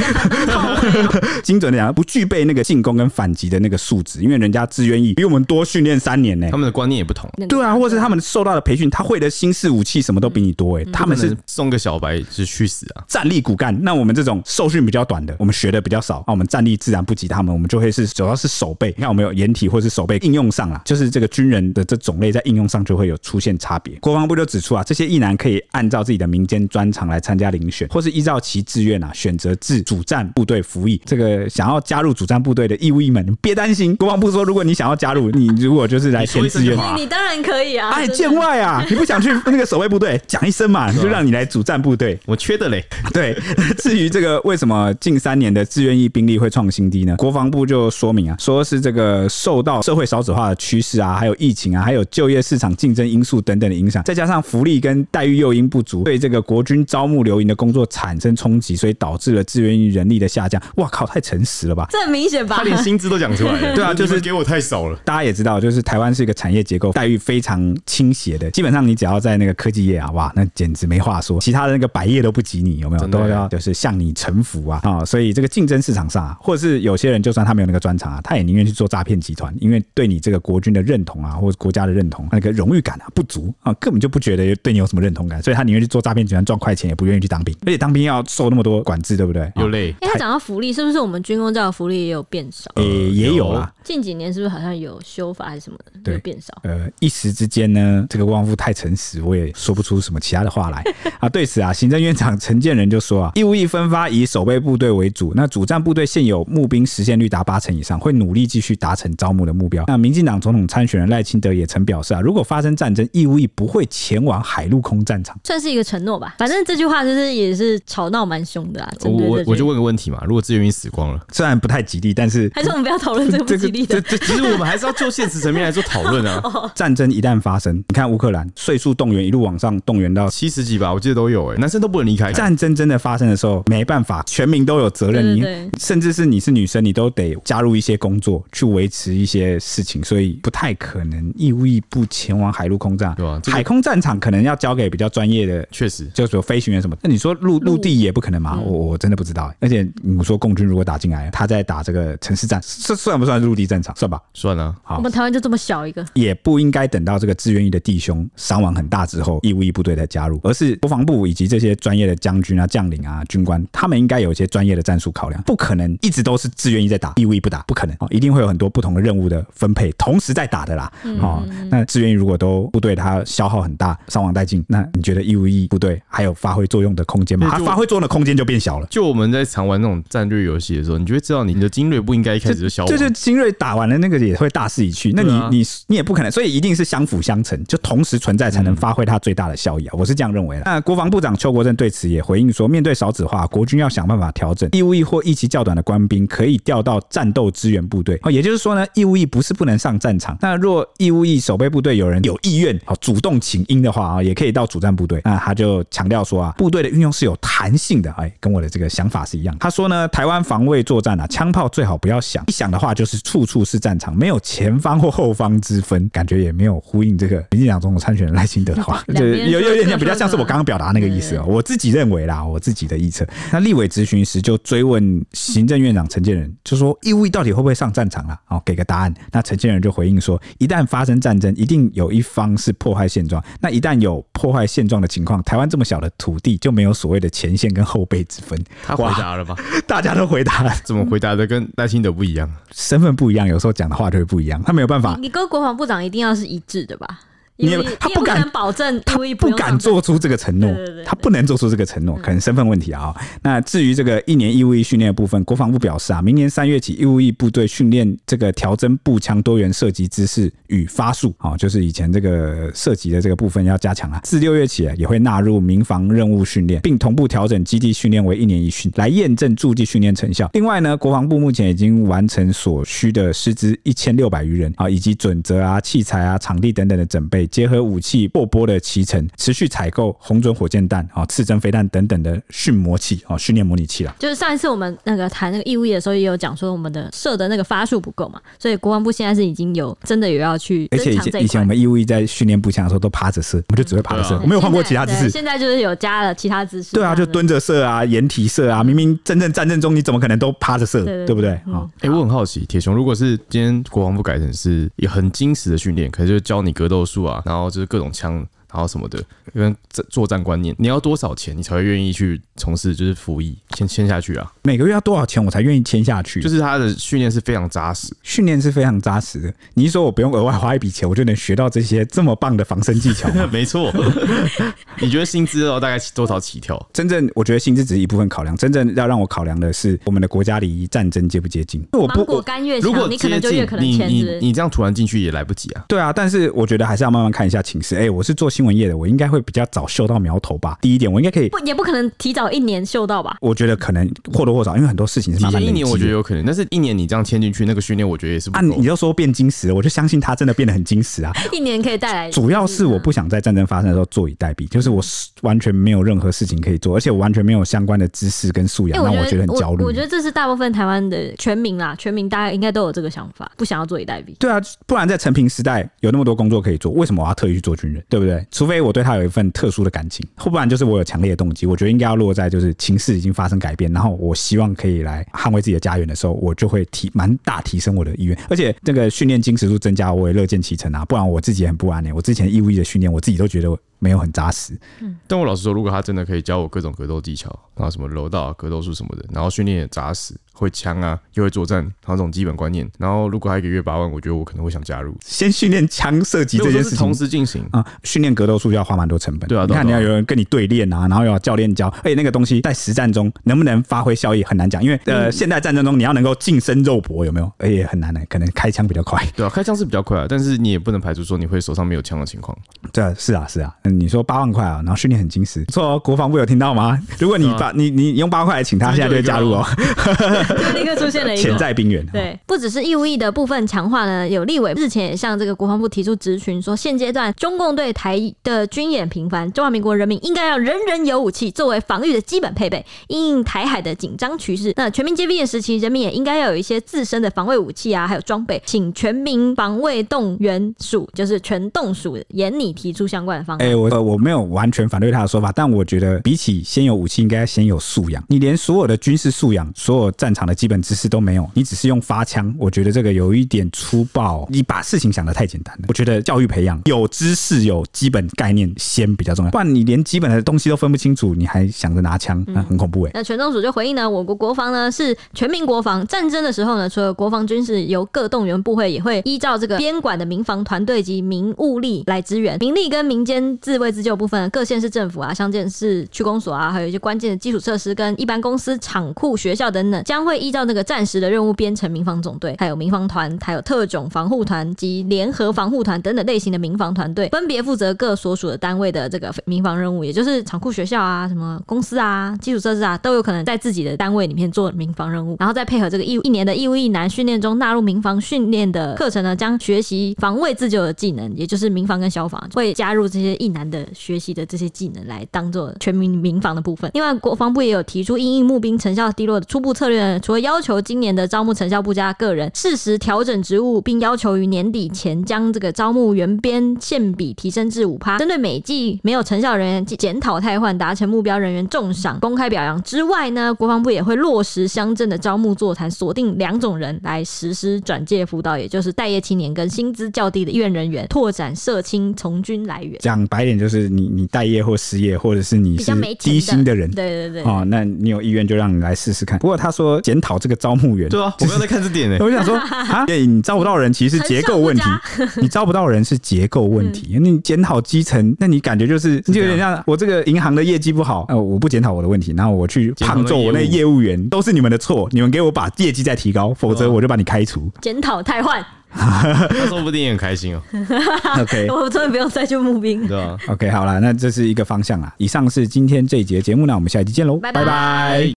Speaker 3: 精准的讲，不具备那个进攻跟反击的那个素质，因为人家自愿意比我们多训练三年呢、
Speaker 4: 他们的观念也不同，
Speaker 3: 对啊，或者是他们受到的培训，他会的新式武器什么都比你多诶、哎他
Speaker 4: 他
Speaker 3: 们
Speaker 4: 们
Speaker 3: 是
Speaker 4: 是送个小白是去死啊。
Speaker 3: 战力骨干。那我们这种受训比较短的，我们学的比较少，那我们战力自然不及他们，我们就会是主要是手背。你看我们有掩体或是手背应用上啦，就是这个军人的这种类在应用上就会有出现差别。国防部就指出啊，这些役男可以按照自己的民间专长来参加遴选，或是依照其志愿啊选择至主战部队服役。这个想要加入主战部队的义务役们，你别担心，国防部说，如果你想要加入，你如果就是来
Speaker 4: 你说
Speaker 3: 填
Speaker 4: 一声
Speaker 3: 志愿
Speaker 4: 就好。
Speaker 2: 你当然可以啊！
Speaker 3: 哎，
Speaker 2: 真的
Speaker 3: 见外啊！你不想去那个守卫部队，讲一声嘛，就让你来主战部队。
Speaker 4: 我缺的嘞，
Speaker 3: 对，至于这个为什么近三年的志愿役兵力会创新低呢？国防部就说明啊，说是这个受到社会少子化的趋势啊，还有疫情啊，还有就业市场竞争因素等等的影响，再加上福利跟待遇诱因不足，对这个国军招募留营的工作产生冲击，所以导致了志愿役人力的下降。哇靠，太诚实了吧！
Speaker 2: 这很明显吧
Speaker 4: 他？ 连薪资都讲出来了。
Speaker 3: 对啊就是
Speaker 4: 你们给我太少了。
Speaker 3: 大家也知道，就是台湾是一个产业结构待遇非常倾斜的，基本上你只要在那个科技业啊，哇，那简直没话说，其他的那个百业都不及你，有没有？
Speaker 4: 真的
Speaker 3: 都要就是向你臣服啊啊、所以这个竞争市场上啊，或者是有些人就算他没有那个专长啊，他也宁愿去做诈骗集团，因为对你这个国军的认同啊，或者国家的认同那个荣誉感啊不足啊，根本就不觉得对你有什么认同感，所以他宁愿去做诈骗集团赚快钱，也不愿意去当兵，而且当兵要受那么多管制，对不哦对？
Speaker 4: 又累，
Speaker 2: 哎，他讲到福利，是不是我们军工教的福利也有变少？
Speaker 3: 也、也有啦，
Speaker 2: 近几年是不是好像有修法还是什么的，
Speaker 3: 对
Speaker 2: 有变少？
Speaker 3: 呃，一时之间呢，这个汪夫太诚实，我也说不出什么其他的话来啊。对此啊，行政院长陈建仁就说啊，义务役分发以守备部队为主，那主战部队现有募兵实现率达八成以上，会努力继续达成招募的目标。那民进党总统参选人赖清德也曾表示啊，如果发生战争，义务役不会前往海陆空战场。
Speaker 2: 算是一个承诺吧，反正这句话就是也是吵闹蛮凶的啊。
Speaker 3: 哦
Speaker 2: 针
Speaker 4: 我
Speaker 2: 对
Speaker 4: 我
Speaker 2: 这句
Speaker 4: 我就问个问题嘛，如果志愿役死 光了，
Speaker 3: 虽然不太吉利，但是
Speaker 2: 还是我们不要讨论 这个不吉利的。
Speaker 4: 这
Speaker 2: 哦
Speaker 4: 这其实我们还是要就现实层面来做讨论啊。
Speaker 3: 战争一旦发生，你看乌克兰岁数动员一路往上动员到
Speaker 4: 七十几吧，我记得都有哎，男生都不能离开。
Speaker 3: 战争真的发生的时候，没办法，全民都有责任。
Speaker 2: 对
Speaker 3: 你
Speaker 2: 对
Speaker 3: 甚至是你是女生，你都得加入一些工作去维持一些事情，所以不太可能义务役不前往海陆空战。
Speaker 4: 对啊这个
Speaker 3: 海空战场可能要交给比较专业的。
Speaker 4: 确实，
Speaker 3: 就是说飞行员什么，那你说陆陆地嗯也不可能嘛？我我真的不知道、欸。而且你说共军如果打进来，他在打这个城市战，这算不算陆地战场？算吧。
Speaker 4: 算了，啊
Speaker 3: 好
Speaker 2: 我们台湾就这么小一个，
Speaker 3: 也不应该等到这个志愿役的弟兄伤亡很大之后，义务役部队再加入，而是国防部以及这些专业的将军啊、将领啊、军官，他们应该有一些专业的战术考量，不可能一直都是志愿役在打，义务役不打，不可能哦，一定会有很多不同的任务的分配，同时在打的啦。
Speaker 4: 嗯
Speaker 3: 哦，那志愿役如果都部队它消耗很大，伤亡殆尽，那你觉得义务役部队还有发挥作用的空间吗？
Speaker 4: 对
Speaker 3: 它
Speaker 4: 就
Speaker 3: 发挥作用的空间就变小了。
Speaker 4: 就我们在常玩那种战略游戏的时候，你就会知道你的精锐不应该一开始就消亡
Speaker 3: 这。就精锐打打完了那个也会大势已去，那你、
Speaker 4: 对啊
Speaker 3: 你你也不可能，所以一定是相辅相成，就同时存在才能
Speaker 4: 嗯
Speaker 3: 发挥它最大的效益啊！我是这样认为的。那国防部长邱国正对此也回应说，面对少子化，国军要想办法调整义务役或役期较短的官兵可以调到战斗支援部队。哦，也就是说呢，义务役不是不能上战场，那若义务役守备部队有人有意愿哦主动请缨的话啊、也可以到主战部队。那他就强调说啊，部队的运用是有弹性的，哎，跟我的这个想法是一样。他说呢，台湾防卫作战啊，枪炮最好不要想，一想的话就是处处是战场，没有前方或后方之分，感觉也没有呼应这个民进党总统参选人赖清德的话，
Speaker 2: 两
Speaker 3: 就
Speaker 2: 边
Speaker 3: 有有有
Speaker 2: 说
Speaker 3: 点
Speaker 2: 各
Speaker 3: 像比较
Speaker 2: 说
Speaker 3: 像是
Speaker 2: 各
Speaker 3: 我刚刚表达那个意思哦。我自己认为啦，我自己的臆测。那立委咨询时就追问行政院长陈建仁，就说义务役到底会不会上战场啦、哦，给个答案。那陈建仁就回应说，一旦发生战争，一定有一方是破坏现状。那一旦有破坏现状的情况，台湾这么小的土地就没有所谓的前线跟后备之分。
Speaker 4: 他回
Speaker 3: 哇，
Speaker 4: 答了吧？
Speaker 3: 大家都回答
Speaker 4: 怎么回答的跟赖清德不一样？啊
Speaker 3: 身份不一样，有时候讲的话就会不一样，他没有办法。
Speaker 2: 你跟国防部长一定要是一致的吧？
Speaker 3: 啊你
Speaker 2: 因为
Speaker 3: 他
Speaker 2: 你
Speaker 3: 不
Speaker 2: 也
Speaker 3: 敢
Speaker 2: 能保证，
Speaker 3: 他
Speaker 2: 因为
Speaker 3: 不
Speaker 2: 用
Speaker 3: 敢
Speaker 2: 上
Speaker 3: 做出这个承诺
Speaker 2: 对对对，对嗯
Speaker 3: 他不能做出这个承诺，可能身份问题啊、哦那至于这个一年义务役训练的部分，国防部表示啊，明年三月起，义务役部队训练这个调整步枪多元射击姿势与发术啊、哦就是以前这个射击的这个部分要加强啊。自六月起啊也会纳入民防任务训练，并同步调整基地训练为一年一训，来验证驻地训练成效。另外呢，国防部目前已经完成所需的师资一千六百余人啊，以及准则啊、器材啊、场地等等的准备，结合武器破波的集成，持续采购红准火箭弹啊、刺针飞弹等等的训磨器啊、训练模拟器啦。
Speaker 2: 就是上一次我们那个谈那个义务役的时候，也有讲说我们的射的那个发数不够嘛，所以国防部现在是已经有真的有要去
Speaker 3: 而
Speaker 2: 增
Speaker 3: 且以
Speaker 2: 强这
Speaker 3: 前
Speaker 2: 一
Speaker 3: 以前
Speaker 2: 块嗯
Speaker 3: 我。们义务役在训练步枪的时候都趴着射，我们就只会趴着射，
Speaker 4: 对啊
Speaker 3: 我没有换过其他姿
Speaker 2: 现在对
Speaker 3: 势。
Speaker 2: 现在就是有加了其他姿势。
Speaker 3: 对啊，就蹲着射啊，掩体射啊，明明真正战争中你怎么可能都趴着射，
Speaker 2: 对对
Speaker 3: 对不对啊？
Speaker 2: 嗯
Speaker 4: 哎、我很好奇，铁雄，如果是今天国防部改成是也很精实的训练，可能就教你格斗术啊，然后就是各种枪，然后什么的，跟这作战观念，你要多少钱你才会愿意去从事就是服役，先签下去啊？
Speaker 3: 每个月要多少钱我才愿意签下去？
Speaker 4: 就是他的训练是非常扎实，
Speaker 3: 训练是非常扎实的。你一说我不用额外花一笔钱，我就能学到这些这么棒的防身技巧吗？
Speaker 4: 没错。你觉得薪资哦要大概多少起跳？
Speaker 3: 真正我觉得薪资只是一部分考量，真正要让我考量的是我们的国家离战争接不接近。我不
Speaker 2: 芒果
Speaker 3: 我
Speaker 2: 干越
Speaker 4: 如果
Speaker 2: 强，你可
Speaker 4: 接
Speaker 2: 能就
Speaker 4: 近
Speaker 2: 越可能
Speaker 4: 你
Speaker 2: 签，
Speaker 4: 你
Speaker 2: 是不是？
Speaker 4: 你这样突然进去也来不及啊。
Speaker 3: 对啊，但是我觉得还是要慢慢看一下情势。哎、我是做新闻业的，我应该会比较早嗅到苗头吧。第一点，我应该可以，
Speaker 2: 不也不可能提早一年秀到吧？
Speaker 3: 我觉得可能或多或少，因为很多事情是
Speaker 4: 提
Speaker 3: 慢慢
Speaker 4: 前
Speaker 3: 累
Speaker 4: 一
Speaker 3: 积
Speaker 4: 年
Speaker 3: 的。
Speaker 4: 我觉得有可能，但是一年你这样签进去，那个训练我觉得也是不
Speaker 3: 啊，
Speaker 4: 够
Speaker 3: 你。要说变金石了，我就相信他真的变得很金石啊。
Speaker 2: 一年可以带来
Speaker 3: 主要是我不想在战争发生的时候坐以待毙，就是我是完全没有任何事情可以做，而且我完全没有相关的知识跟素
Speaker 2: 哎，
Speaker 3: 养，让
Speaker 2: 我
Speaker 3: 我觉得很焦虑。
Speaker 2: 我觉得这是大部分台湾的全民啦，全民大家应该都有这个想法，不想要坐以待毙。
Speaker 3: 对啊，不然在成平时代有那么多工作可以做，为什么我要特意去做军人？对不对？除非我对他有一份特殊的感情，或不然就是我有强烈的动机。我觉得应该要落在就是情势已经发生改变，然后我希望可以来捍卫自己的家园的时候，我就会提蛮大提升我的意愿。而且这个训练精实数增加，我也乐见其成啊。不然我自己也很不安欸呢、我之前义务役的训练，我自己都觉得没有很扎实。
Speaker 4: 但我老实说，如果他真的可以教我各种格斗技巧，然后什么柔道、啊、格斗术什么的，然后训练也扎实，会枪啊，又会作战，然后这种基本观念，然后如果他一个月八万，我觉得我可能会想加入。
Speaker 3: 先训练枪射击
Speaker 4: 如
Speaker 3: 这
Speaker 4: 果
Speaker 3: 件
Speaker 4: 说
Speaker 3: 事
Speaker 4: 是
Speaker 3: 情
Speaker 4: 同。时进行，
Speaker 3: 啊，训练格斗术就要花蛮多成本。
Speaker 4: 对啊
Speaker 3: 你
Speaker 4: 对啊
Speaker 3: 看你
Speaker 4: 对啊
Speaker 3: 要有人跟你对练啊，然后要教练教，而且那个东西在实战中能不能发挥效益很难讲，因为
Speaker 4: 嗯
Speaker 3: 呃，现代战争中你要能够近身肉搏有没有？而且很难呢、可能开枪比较快。
Speaker 4: 对啊，开枪是比较快、啊，但是你也不能排除说你会手上没有枪的情况。
Speaker 3: 对啊，是啊，是啊。嗯，你说八万块啊，然后训练很精实，不错哦。国防部有听到吗？如果你
Speaker 4: 啊
Speaker 3: 把、你你用八块来请他，现在就会加入哦，
Speaker 2: 就立刻出现了一个
Speaker 3: 潜在兵员。
Speaker 2: 对，不只是义务役的部分强化呢，有立委日前也向这个国防部提出质询，说现阶段中共对台的军演频繁，中华民国人民应该要人人有武器作为防御的基本配备，因应台海的紧张局势。那全民皆兵的时期，人民也应该要有一些自身的防卫武器啊，还有装备，请全民防卫动员署，就是全动署研拟提出相关的方案。
Speaker 3: 哎、我呃我没有完全反对他的说法，但我觉得比起先有武器，应该先有素养。你连所有的军事素养、所有战场的基本知识都没有，你只是用发枪，我觉得这个有一点粗暴。你把事情想得太简单了。我觉得教育培养有知识、有基本概念先比较重要，不然你连基本的东西都分不清楚，你还想着拿枪，
Speaker 2: 嗯
Speaker 3: 那很恐怖哎、
Speaker 2: 那全政署就回应呢，我国国防呢是全民国防，战争的时候呢，除了国防军事由各动员部会也会依照这个编管的民防团队及民物力来支援，民力跟民间自卫自救部分，各县市政府啊、乡镇市区公所啊，还有一些关键的基础设施跟一般公司、厂库、学校等等，将会依照那个暂时的任务编成民防总队，还有民防团，还有特种防护团及联合防护团等等类型的民防团队，分别负责各所属的单位的这个民防任务，也就是厂库、学校啊、什么公司啊、基础设施啊，都有可能在自己的单位里面做民防任务，然后再配合这个义务一年的义务役男训练中纳入民防训练的课程呢，将学习防卫自救的技能，也就是民防跟消防，会加入这些役男的学习的这些技能来当做全民民防的部分。另外，国防部也有提出因应募兵成效低落的初步策略呢，除了要求今年的招募成效不佳，个人适时调整职务，并要求于年底前将这个招募原编现比提升至五趴，针对每季没有成效人员检讨汰换，达成目标人员重赏、公开表扬之外呢，国防部也会落实乡镇的招募座谈，锁定两种人来实施转介辅导，也就是待业青年跟薪资较低的院人员，拓展社青从军来源。
Speaker 3: 讲白点就是你你待业或失业，或者是你
Speaker 2: 比
Speaker 3: 是
Speaker 2: 较没钱
Speaker 3: 低薪的人。
Speaker 2: 对对对，
Speaker 3: 哦，那你有意愿就让你来试试看。不过他说检讨这个招募员，
Speaker 4: 对啊，我刚刚在看这 点呢、
Speaker 3: 我就想说啊，对你招不到人，其实是结构问题， 你招不到人是结构问 题。你检讨基层，那你感觉就是你就有点像我这个银行的业绩不好，呃，我不检讨我的问题，然后我去
Speaker 4: 检讨那
Speaker 3: 胖揍我那
Speaker 4: 业务
Speaker 3: 业务员，都是你们的错，你们给我把业绩再提高，否则我就把你开 除。
Speaker 2: 检讨汰换，
Speaker 4: 他说不定也很开心哦、
Speaker 3: OK。
Speaker 2: 我真的不用再去募兵了。
Speaker 4: 对啊。
Speaker 3: OK，好啦，那这是一个方向啦。以上是今天这一节节目，那我们下一集见喽，
Speaker 2: 拜拜
Speaker 3: 拜拜